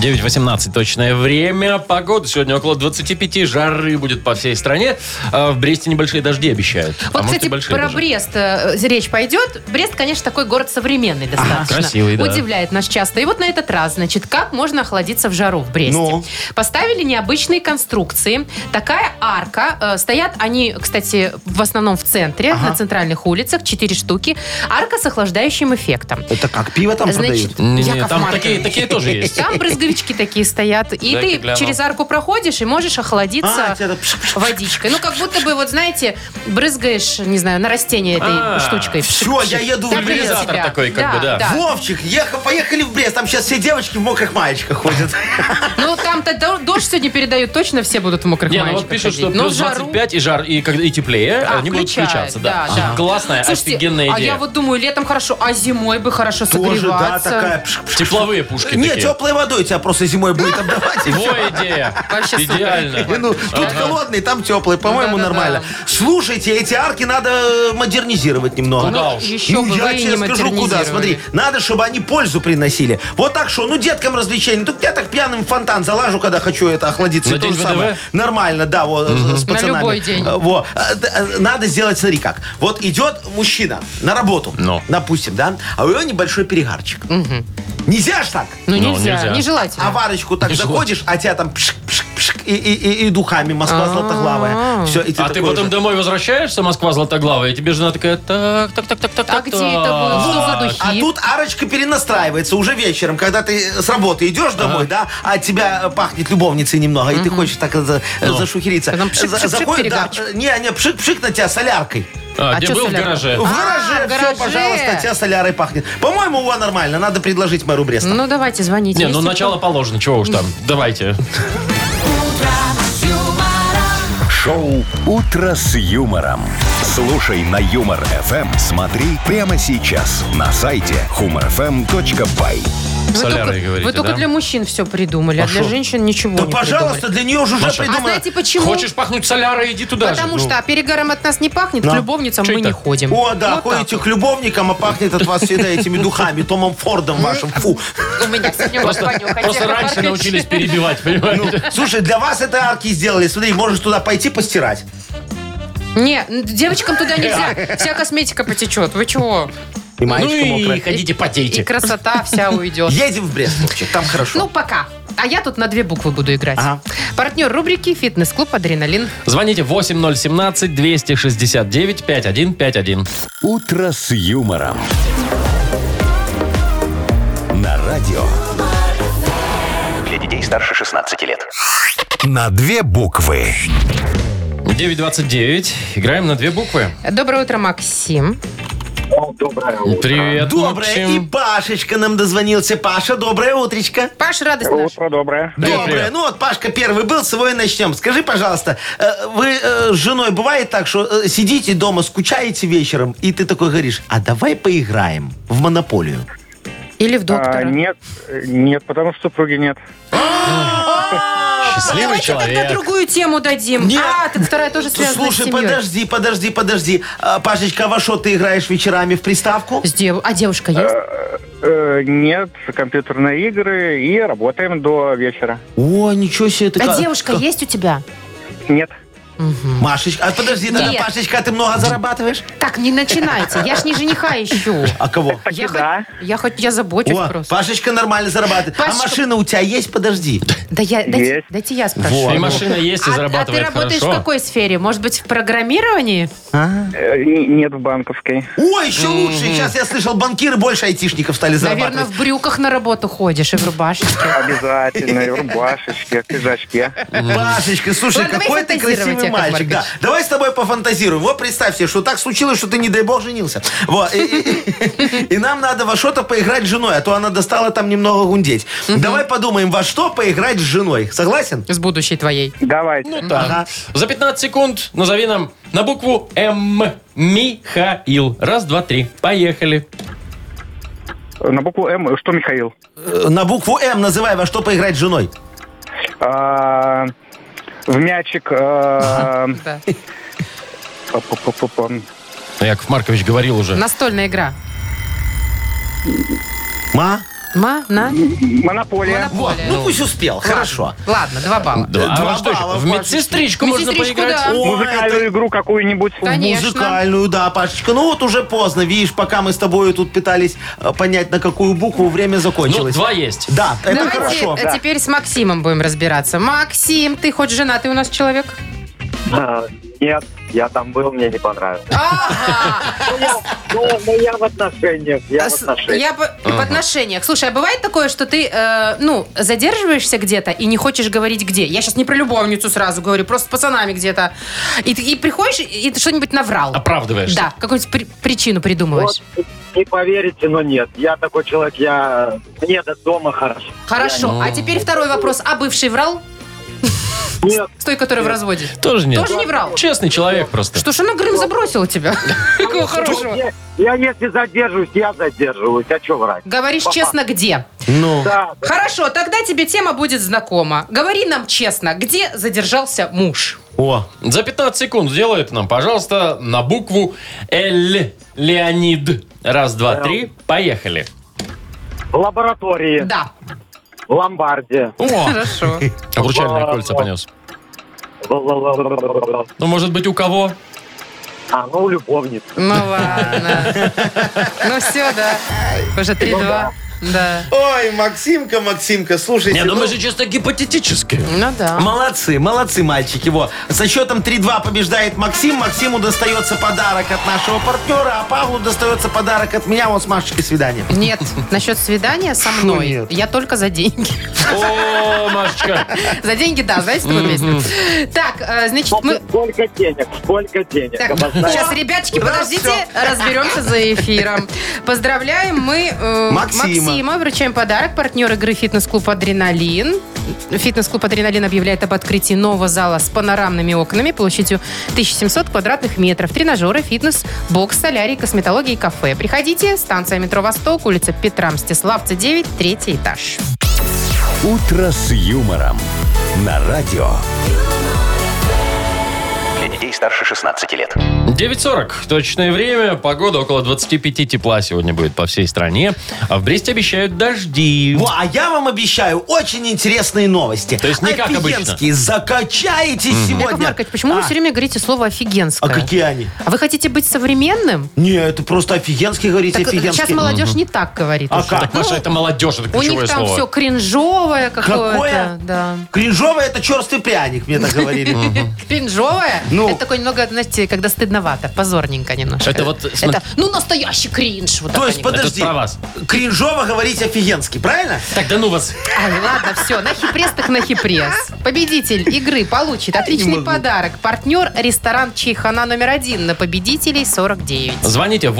Speaker 2: 9.18 точное время. Погода сегодня около 25. Жары будет по всей стране. А В Бресте небольшие дожди обещают.
Speaker 3: Вот,
Speaker 2: а может,
Speaker 3: кстати,
Speaker 2: и большие
Speaker 3: про
Speaker 2: даже.
Speaker 3: Брест э, речь пойдет. Брест, конечно, такой город современный достаточно.
Speaker 2: красивый, да.
Speaker 3: Удивляет нас часто. И вот на этот раз, значит, как можно охладиться в жару в Бресте?
Speaker 4: Ну?
Speaker 3: Поставили необычные конструкции. Такая арка. э, Стоят они, кстати, в основном в центре, на центральных улицах, четыре штуки. Арка с охлаждающим эффектом.
Speaker 4: Это как, пиво там
Speaker 3: Значит,
Speaker 4: продают?
Speaker 2: Не-не,
Speaker 3: Яков
Speaker 2: там
Speaker 3: Маркович.
Speaker 2: такие- такие тоже есть.
Speaker 3: Там брызговички такие стоят. И
Speaker 2: Да, я
Speaker 3: ты
Speaker 2: глянул.
Speaker 3: через арку проходишь и можешь охладиться
Speaker 4: А, тебя так пш- пш-
Speaker 3: водичкой. Ну, как будто бы, вот знаете, брызгаешь, не знаю, на растение этой
Speaker 2: А,
Speaker 3: штучкой.
Speaker 4: всё, я еду в
Speaker 3: Так и на
Speaker 2: Пульверизатор
Speaker 3: себя.
Speaker 2: такой, как бы, да.
Speaker 4: Вовчик, еха- поехали в Брест, там сейчас все девочки в мокрых маечках ходят.
Speaker 3: Ну, там-то до- дождь сегодня передают, точно все будут в мокрых
Speaker 2: Не, ну вот
Speaker 3: маечках
Speaker 2: пишут, что
Speaker 3: ходить. Но в
Speaker 2: плюс
Speaker 3: жару-
Speaker 2: 25 и жар, и, когда- и теплее,
Speaker 3: А,
Speaker 2: они будут
Speaker 3: включают,
Speaker 2: включаться. Да.
Speaker 3: да, да.
Speaker 2: Классная,
Speaker 3: Слушайте,
Speaker 2: офигенная
Speaker 3: а
Speaker 2: идея.
Speaker 3: я вот думаю, летом хорошо, а зимой бы хорошо
Speaker 4: Тоже, да,
Speaker 3: согреваться.
Speaker 4: такая... пш- пш-
Speaker 2: Тепловые пушки
Speaker 4: Не,
Speaker 2: такие.
Speaker 4: теплой водой тебя просто зимой будет обдавать. и всё.
Speaker 2: Во идея.
Speaker 3: Вообще супер.
Speaker 2: Идеально.
Speaker 4: Ну, тут холодный, там теплый, по-моему,
Speaker 3: Ну да-да-да.
Speaker 4: нормально. Слушайте, эти арки надо э, модернизировать немного. Ну,
Speaker 2: Куда уж?
Speaker 3: Еще Ну, бы
Speaker 4: я
Speaker 3: вы и
Speaker 4: тебе
Speaker 3: не
Speaker 4: скажу, куда,
Speaker 3: модернизировали.
Speaker 4: смотри. Надо, чтобы они пользу приносили. Вот так что, ну, деткам развлечения. Тут я так пьяным в фонтан залажу, когда хочу это охладиться.
Speaker 2: На
Speaker 4: и то
Speaker 2: день
Speaker 4: же самое.
Speaker 2: ВДВ?
Speaker 4: Нормально, да, вот, э, с
Speaker 3: На
Speaker 4: пацанами.
Speaker 3: любой день.
Speaker 4: Э, Во. А, д- а, Надо сделать, смотри как. Вот идет мужчина на работу,
Speaker 2: Ну.
Speaker 4: допустим, да, а у него небольшой перегарчик. Нельзя ж так.
Speaker 3: Ну,
Speaker 2: Ну,
Speaker 3: нельзя,
Speaker 2: нельзя.
Speaker 3: нежелательно.
Speaker 4: А в арочку так
Speaker 2: Тяжело.
Speaker 4: заходишь, а тебя там пшик, пшик, пшик, и, и, и, и духами Москва златоглавая. Все, и ты
Speaker 2: А ты
Speaker 4: такой
Speaker 2: потом
Speaker 4: уже.
Speaker 2: домой возвращаешься, Москва златоглавая, и тебе жена такая, так, так, так, так, так,
Speaker 3: А
Speaker 2: так,
Speaker 3: где это было? Что за духи?
Speaker 4: А тут арочка перенастраивается уже вечером, когда ты с работы идешь домой, да, а от тебя э, пахнет любовницей немного, и ты хочешь так э, за- э, зашухериться.
Speaker 3: Ну. Потом пшик,
Speaker 4: За-
Speaker 3: пшик, пшик,
Speaker 4: заходит, да,
Speaker 3: перегарчик.
Speaker 4: э, не, не, пшик-пшик на тебя соляркой.
Speaker 2: А,
Speaker 3: А
Speaker 2: где
Speaker 3: чё
Speaker 2: был в
Speaker 3: соляра?
Speaker 2: гараже?
Speaker 4: В
Speaker 3: А,
Speaker 4: гараже,
Speaker 3: в
Speaker 4: все,
Speaker 3: гараже.
Speaker 4: пожалуйста, тебя солярой пахнет. По-моему, его нормально, надо предложить мэру Бреста.
Speaker 3: Ну, давайте, звоните.
Speaker 2: Не,
Speaker 3: Есть
Speaker 2: ну
Speaker 3: телефон?
Speaker 2: начало положено, чего уж там. Давайте.
Speaker 1: Шоу «Утро с юмором». Слушай на Юмор ФМ. Смотри прямо сейчас на сайте humorfm.by.
Speaker 3: Вы
Speaker 2: солярой
Speaker 3: только-
Speaker 2: говорите,
Speaker 3: Вы только
Speaker 2: да?
Speaker 3: для мужчин все придумали, а для
Speaker 2: шо?
Speaker 3: женщин ничего
Speaker 4: Да,
Speaker 3: не
Speaker 4: пожалуйста,
Speaker 3: придумали.
Speaker 4: для нее уже уже
Speaker 2: Маша.
Speaker 3: А
Speaker 4: придумано.
Speaker 3: знаете почему?
Speaker 2: Хочешь пахнуть солярой, иди туда
Speaker 3: Потому
Speaker 2: же. Ну,
Speaker 3: что а перегаром от нас не пахнет, к
Speaker 4: Да.
Speaker 3: любовницам
Speaker 2: Чё
Speaker 3: мы
Speaker 2: это?
Speaker 3: не ходим.
Speaker 4: О, да,
Speaker 3: Вот
Speaker 4: ходите
Speaker 3: так
Speaker 4: к любовникам, а пахнет от вас всегда этими духами, Томом
Speaker 3: Ну.
Speaker 4: Фордом вашим. Фу.
Speaker 3: вот. У меня сегодня
Speaker 2: Просто,
Speaker 3: понюхать.
Speaker 2: просто
Speaker 3: Яков
Speaker 2: раньше
Speaker 3: Маркович.
Speaker 2: научились перебивать, понимаете?
Speaker 4: Ну, Слушай, для вас это арки сделали. Смотри, можешь туда пойти постирать.
Speaker 3: Не, н- девочкам туда нельзя. Вся косметика потечет. Вы чего?
Speaker 4: И
Speaker 2: Ну,
Speaker 4: маечка мокрая.
Speaker 2: и ходите
Speaker 3: И
Speaker 2: потейте.
Speaker 3: красота вся уйдет.
Speaker 4: Едем в Брест, Вовчик, там хорошо.
Speaker 3: Ну, пока. А я тут на две буквы буду играть.
Speaker 4: Ага.
Speaker 3: Партнер рубрики «Фитнес-клуб Адреналин».
Speaker 2: Звоните 8017-269-5151.
Speaker 1: «Утро с юмором». На радио.
Speaker 5: Для детей старше 16 лет.
Speaker 1: На две буквы.
Speaker 2: 9.29. Играем на две буквы.
Speaker 3: Доброе утро, Максим.
Speaker 2: Привет,
Speaker 4: Доброе. И
Speaker 2: Максим.
Speaker 4: Пашечка нам дозвонился. Паша, доброе утречко.
Speaker 3: Паш, радость наша.
Speaker 7: доброе.
Speaker 2: Привет,
Speaker 4: Доброе.
Speaker 2: привет.
Speaker 4: Ну вот, Пашка первый был, с его и начнем. Скажи, пожалуйста, э, вы э, с женой бывает так, что э, сидите дома, скучаете вечером, и ты такой говоришь, а давай поиграем в монополию.
Speaker 3: Или в доктора.
Speaker 7: А, нет, нет, потому что супруги нет.
Speaker 2: Счастливый
Speaker 3: Давайте тогда
Speaker 2: человек.
Speaker 3: другую тему дадим.
Speaker 4: Не.
Speaker 3: А, так вторая тоже связана с
Speaker 4: Слушай,
Speaker 3: семьей.
Speaker 4: подожди, подожди, подожди. А, Пашечка, а во что ты играешь вечерами в приставку?
Speaker 3: С дев- А девушка есть?
Speaker 7: Э, нет, компьютерные игры и работаем до вечера.
Speaker 4: О, ничего себе. Ты
Speaker 3: А
Speaker 4: как-
Speaker 3: девушка
Speaker 4: как-
Speaker 3: есть у тебя?
Speaker 7: Нет.
Speaker 4: Машечка, а подожди, тогда,
Speaker 3: Нет.
Speaker 4: Пашечка, а ты много зарабатываешь?
Speaker 3: Так, не начинайте. Я ж не жениха ищу.
Speaker 4: А кого?
Speaker 3: Я
Speaker 7: да.
Speaker 3: хоть, я хоть я забочусь
Speaker 4: О,
Speaker 3: просто.
Speaker 4: Пашечка нормально зарабатывает. А
Speaker 3: Пашечка-
Speaker 4: машина у тебя есть? Подожди.
Speaker 3: Да я, дайте,
Speaker 7: Есть.
Speaker 3: дайте я спрошу.
Speaker 2: И машина есть, и
Speaker 3: А- а, ты
Speaker 2: зарабатывает
Speaker 3: работаешь в
Speaker 2: хорошо.
Speaker 3: какой сфере? Может быть, в программировании?
Speaker 7: Э, н- Нет в банковской.
Speaker 4: О, еще лучше. Сейчас я слышал, банкиры больше айтишников стали
Speaker 3: Наверное,
Speaker 4: зарабатывать.
Speaker 3: в брюках на работу ходишь и в рубашечке.
Speaker 7: Обязательно, и в рубашечке, в пиджачке.
Speaker 4: Пашечка, слушай,
Speaker 3: Ладно, вы
Speaker 4: какой ты
Speaker 3: фантазируйте, Яков
Speaker 4: красивый мальчик. Да.
Speaker 3: Маркович.
Speaker 4: Давай с тобой пофантазируем. Вот представь себе, что так случилось, что ты, не дай бог, женился. Вот. И, и- и нам надо во что-то поиграть с женой, а то она достала там немного гундеть. Давай подумаем, во что поиграть с женой. Согласен?
Speaker 3: С будущей твоей.
Speaker 8: Ну,
Speaker 7: Давайте.
Speaker 4: Ага.
Speaker 2: За 15 секунд назови нам на букву М. Михаил. Раз, два, три. Поехали.
Speaker 7: На букву М. Что, Михаил?
Speaker 4: Э, На букву М называй, во что поиграть с женой.
Speaker 7: А, В мячик. а,
Speaker 3: Да.
Speaker 7: па-па-па-па-пам.
Speaker 2: Яков Маркович говорил уже.
Speaker 3: Настольная игра.
Speaker 4: Ма?
Speaker 3: Ма, на.
Speaker 7: Монополия.
Speaker 4: Вот,
Speaker 3: Монополия.
Speaker 4: ну пусть успел, хорошо.
Speaker 3: Ладно, два балла.
Speaker 2: Да,
Speaker 4: Два
Speaker 2: а во что еще?
Speaker 4: балла,
Speaker 2: В
Speaker 4: Пашечка.
Speaker 2: медсестричку можно
Speaker 3: Медсестричку,
Speaker 2: поиграть? О,
Speaker 3: да.
Speaker 4: О, это
Speaker 7: Музыкальную игру какую-нибудь.
Speaker 3: Конечно.
Speaker 4: Музыкальную, да, Пашечка. Ну вот уже поздно, видишь, пока мы с тобой тут пытались э, понять, на какую букву время
Speaker 2: Ну,
Speaker 4: закончилось.
Speaker 2: два есть.
Speaker 4: Да, это
Speaker 3: Давайте
Speaker 4: хорошо.
Speaker 3: э, теперь с Максимом будем разбираться. Максим, ты хоть женатый у нас человек?
Speaker 8: Нет, я там был, мне не понравилось.
Speaker 3: Ага.
Speaker 8: Ну, ну, я в отношениях, я
Speaker 4: А
Speaker 8: в
Speaker 3: С-
Speaker 8: отношениях.
Speaker 3: Я по- в отношениях. Слушай, а бывает такое, что ты, э, ну, задерживаешься где-то и не хочешь говорить где? Я сейчас не про любовницу сразу говорю, просто с пацанами где-то. И, ты- и приходишь, и ты что-нибудь наврал.
Speaker 2: Оправдываешься.
Speaker 3: Да, какую-нибудь при- причину придумываешь.
Speaker 8: А Вот, не поверите, но нет. Я такой человек, я... Мне до дома хорошо.
Speaker 3: Хорошо, а теперь второй вопрос. А бывший врал?
Speaker 8: Нет,
Speaker 3: С той, которая в разводе.
Speaker 2: Тоже нет.
Speaker 3: Тоже не врал?
Speaker 2: Честный человек просто.
Speaker 3: Что ж она, Грым, забросила тебя? Какого хорошего.
Speaker 8: я, я если задерживаюсь, я задерживаюсь. А что врать?
Speaker 3: Говоришь честно, где?
Speaker 4: Ну,
Speaker 8: Да,
Speaker 3: Хорошо, тогда тебе тема будет знакома. Говори нам честно, где задержался муж?
Speaker 4: о,
Speaker 2: За 15 секунд сделай это нам, пожалуйста, на букву Л. Леонид. Раз, два, три. Поехали.
Speaker 8: в лаборатории,
Speaker 3: Да.
Speaker 8: в ломбарде.
Speaker 2: О,
Speaker 3: Хорошо.
Speaker 2: обручальное кольцо понес.
Speaker 8: В- в- в-
Speaker 2: Ну, может быть, у кого?
Speaker 8: А, ну, любовница.
Speaker 3: Ну ладно. Ну все, да. Уже 3-2. Да.
Speaker 4: Ой, Максимка, Максимка, слушайте.
Speaker 2: Не, ну
Speaker 4: ну,
Speaker 2: мы же чисто гипотетически.
Speaker 3: Ну да.
Speaker 4: Молодцы, молодцы, мальчики. Во. Со счетом 3-2 побеждает Максим. Максиму достается подарок от нашего партнера, а Павлу достается подарок от меня. Вот с Машечкой свидание.
Speaker 3: Нет, насчет свидания со мной.
Speaker 4: нет?
Speaker 3: Я только за деньги.
Speaker 2: О, Машечка.
Speaker 3: За деньги, да, знаете такую песню? Так, э, значит, мы...
Speaker 8: Сколько денег, сколько денег.
Speaker 3: Так,
Speaker 8: Обозначь.
Speaker 3: сейчас, ребяточки,
Speaker 4: Раз,
Speaker 3: подождите, разберемся за эфиром. Поздравляем мы э,
Speaker 4: Максима.
Speaker 3: вручаем подарок. Партнер игры «Фитнес-клуб Адреналин». Фитнес-клуб «Адреналин» объявляет об открытии нового зала с панорамными окнами площадью 1700 квадратных метров. Тренажеры, фитнес, бокс, солярий, косметология и кафе. Приходите, станция метро «Восток», улица Петра Мстиславца, 9, третий этаж.
Speaker 1: «Утро с юмором» на радио.
Speaker 5: Для детей старше 16 лет.
Speaker 2: 9.40. Точное время. Погода около 25 тепла сегодня будет по всей стране. А в Бресте обещают дожди.
Speaker 4: Во, а я вам обещаю очень интересные новости.
Speaker 2: То есть не как обычно.
Speaker 4: Офигенские. Закачаетесь
Speaker 3: Яков
Speaker 4: сегодня.
Speaker 3: Маркович, почему вы
Speaker 4: А.
Speaker 3: все время говорите слово
Speaker 4: А
Speaker 3: «офигенское»?
Speaker 4: какие они?
Speaker 3: А вы хотите быть современным?
Speaker 4: Не, это просто офигенские, говорите,
Speaker 3: Так э,
Speaker 4: офигенские.
Speaker 3: сейчас молодежь не так говорит.
Speaker 4: А
Speaker 3: уже.
Speaker 4: как?
Speaker 2: Так, Маша,
Speaker 3: Ну,
Speaker 2: это молодежь, это
Speaker 3: у них
Speaker 2: ключевое
Speaker 3: там все
Speaker 2: слово.
Speaker 3: кринжовое
Speaker 4: Какое?
Speaker 3: какое-то. Да.
Speaker 4: Кринжовый это черстый пряник, мне так говорили.
Speaker 3: Кринжовое?
Speaker 4: Ну.
Speaker 3: Это такое немного, знаете, когда стыдновато, позорненько немножко.
Speaker 2: Это вот, смотри-
Speaker 3: Это, ну, настоящий кринж. Вот
Speaker 4: То
Speaker 3: так
Speaker 4: есть,
Speaker 3: они
Speaker 4: подожди,
Speaker 2: Это про вас.
Speaker 4: кринжово говорить офигенский, правильно?
Speaker 2: Так, да ну вас.
Speaker 3: говорят. Ай, ладно, все, на хипрес так на хипрес. Победитель игры получит отличный подарок. Партнер ресторан Чайхана номер один на победителей 49.
Speaker 2: Звоните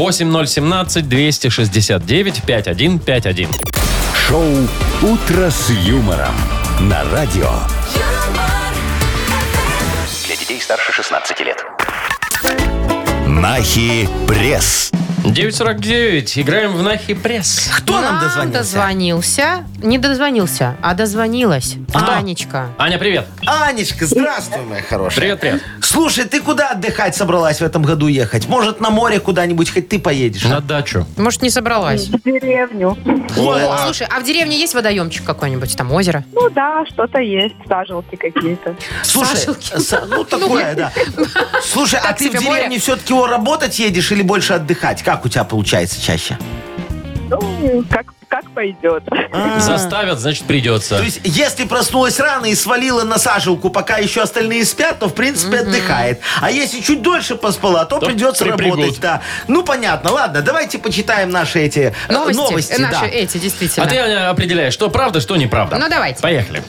Speaker 2: 8017-269-5151.
Speaker 1: Шоу «Утро с юмором» на радио.
Speaker 5: Для детей старше 16 лет.
Speaker 1: Нахи пресс.
Speaker 2: 9.49. Играем в Нахи Пресс.
Speaker 4: Кто нам дозвонился?
Speaker 3: дозвонился? Не дозвонился, а дозвонилась. Танечка.
Speaker 2: Аня, привет.
Speaker 4: Анечка, здравствуй, моя хорошая.
Speaker 2: Привет, привет.
Speaker 4: Слушай, ты куда отдыхать собралась в этом году ехать? Может, на море куда-нибудь хоть ты поедешь?
Speaker 2: На дачу.
Speaker 3: Может, не собралась?
Speaker 6: В деревню.
Speaker 4: Ой,
Speaker 3: О, слушай, а в деревне есть водоемчик какой-нибудь, там озеро?
Speaker 6: Ну да, что-то есть, сажалки какие-то.
Speaker 4: Слушай,
Speaker 3: Сашилки.
Speaker 4: с- ну такое, да. Слушай, а
Speaker 3: Так
Speaker 4: ты в
Speaker 3: себе
Speaker 4: деревне
Speaker 3: море.
Speaker 4: все-таки о, работать едешь или больше отдыхать? Как у тебя получается чаще?
Speaker 6: Ну, как, как пойдет.
Speaker 2: Заставят, значит, придется.
Speaker 4: То есть, если проснулась рано и свалила на сажалку, пока еще остальные спят, то, в принципе, отдыхает. А если чуть дольше поспала, то,
Speaker 2: То
Speaker 4: придется
Speaker 2: припрягут.
Speaker 4: работать. Да. Ну, понятно. Ладно, давайте почитаем наши эти э,
Speaker 3: Новости, э, наши
Speaker 4: да.
Speaker 3: эти, действительно.
Speaker 2: А ты Аня, определяешь, что правда, что неправда.
Speaker 3: Ну, давайте.
Speaker 2: Поехали.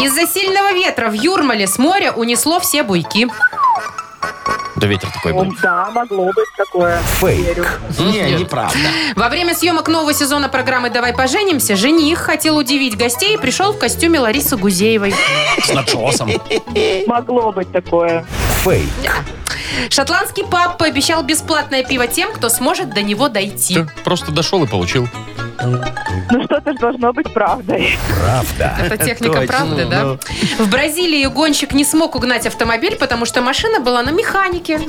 Speaker 3: Из-за сильного ветра в Юрмале с моря унесло все буйки.
Speaker 2: Да ветер такой был.
Speaker 6: Да, могло быть такое. Верю.
Speaker 1: Фейк.
Speaker 4: Не, неправда.
Speaker 3: Во время съемок нового сезона программы «Давай поженимся» жених хотел удивить гостей и пришел в костюме Ларисы Гузеевой.
Speaker 2: С начосом.
Speaker 6: Могло быть такое.
Speaker 1: Фейк.
Speaker 3: Шотландский пап пообещал бесплатное пиво тем, кто сможет до него дойти.
Speaker 2: Ты просто дошел и получил.
Speaker 6: Ну что-то же должно быть правдой.
Speaker 3: Это техника правды, да?
Speaker 4: ну.
Speaker 3: В Бразилии гонщик не смог угнать автомобиль, потому что машина была на механике.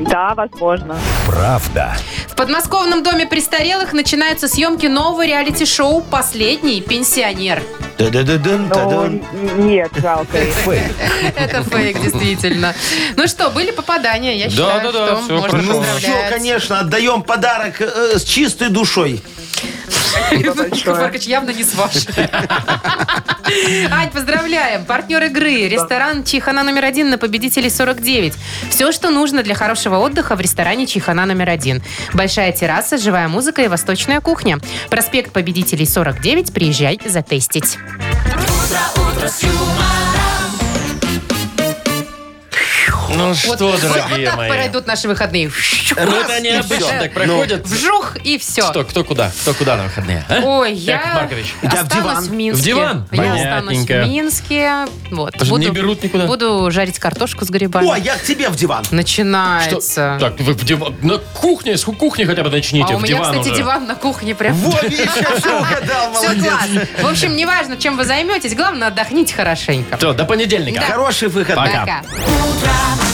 Speaker 6: Да, возможно.
Speaker 1: Правда.
Speaker 3: В подмосковном доме престарелых начинаются съемки нового реалити-шоу «Последний пенсионер».
Speaker 4: Та-да-да-дын,
Speaker 6: Но
Speaker 4: та-дын.
Speaker 6: н- нет, жалко. их.
Speaker 1: Фейк.
Speaker 3: Это фейк, действительно. Ну что, были попадания, я
Speaker 2: Да, да,
Speaker 3: считаю,
Speaker 2: да,
Speaker 3: что
Speaker 2: всё
Speaker 3: можно
Speaker 2: хорошо.
Speaker 4: Ну
Speaker 3: поздравлять.
Speaker 4: все, конечно, отдаем подарок э, с чистой душой.
Speaker 3: Николай Маркович явно не с вашей. Ань, поздравляем. Партнер игры. Ресторан Чихана номер один на победителей 49. Все, что нужно для хорошего отдыха в ресторане Чихана номер один. Большая терраса, живая музыка и восточная кухня. Проспект победителей 49. Приезжай затестить.
Speaker 2: Ну что, дорогие
Speaker 3: так
Speaker 2: мои.
Speaker 3: пройдут наши выходные.
Speaker 2: Ну это они
Speaker 4: и
Speaker 2: обычно
Speaker 4: всё.
Speaker 2: так проходят.
Speaker 3: Вжух и все.
Speaker 2: Что, кто куда? Кто куда на выходные? а?
Speaker 3: Ой,
Speaker 2: Яков
Speaker 3: я
Speaker 2: Маркович.
Speaker 4: Я в
Speaker 3: останусь в
Speaker 4: диван.
Speaker 3: Минске.
Speaker 2: В диван?
Speaker 3: Я останусь
Speaker 2: Понятненько.
Speaker 3: в Минске. Вот.
Speaker 2: Потому что не берут никуда.
Speaker 3: Буду жарить картошку с грибами.
Speaker 4: О, я к тебе в диван.
Speaker 2: Что-
Speaker 3: Начинается.
Speaker 2: Так, вы в диван. На кухне, с кухни хотя бы начните.
Speaker 3: а у
Speaker 2: в
Speaker 3: меня,
Speaker 2: диван
Speaker 3: кстати,
Speaker 2: уже.
Speaker 3: диван на кухне прям.
Speaker 4: Вот, видишь, я все угадал,
Speaker 3: Все класс.
Speaker 4: молодец.
Speaker 3: В общем, неважно, чем вы займетесь, главное, отдохните хорошенько.
Speaker 2: Все, до понедельника.
Speaker 4: Хороший выход.
Speaker 2: Пока.
Speaker 3: Пока.
Speaker 9: Утро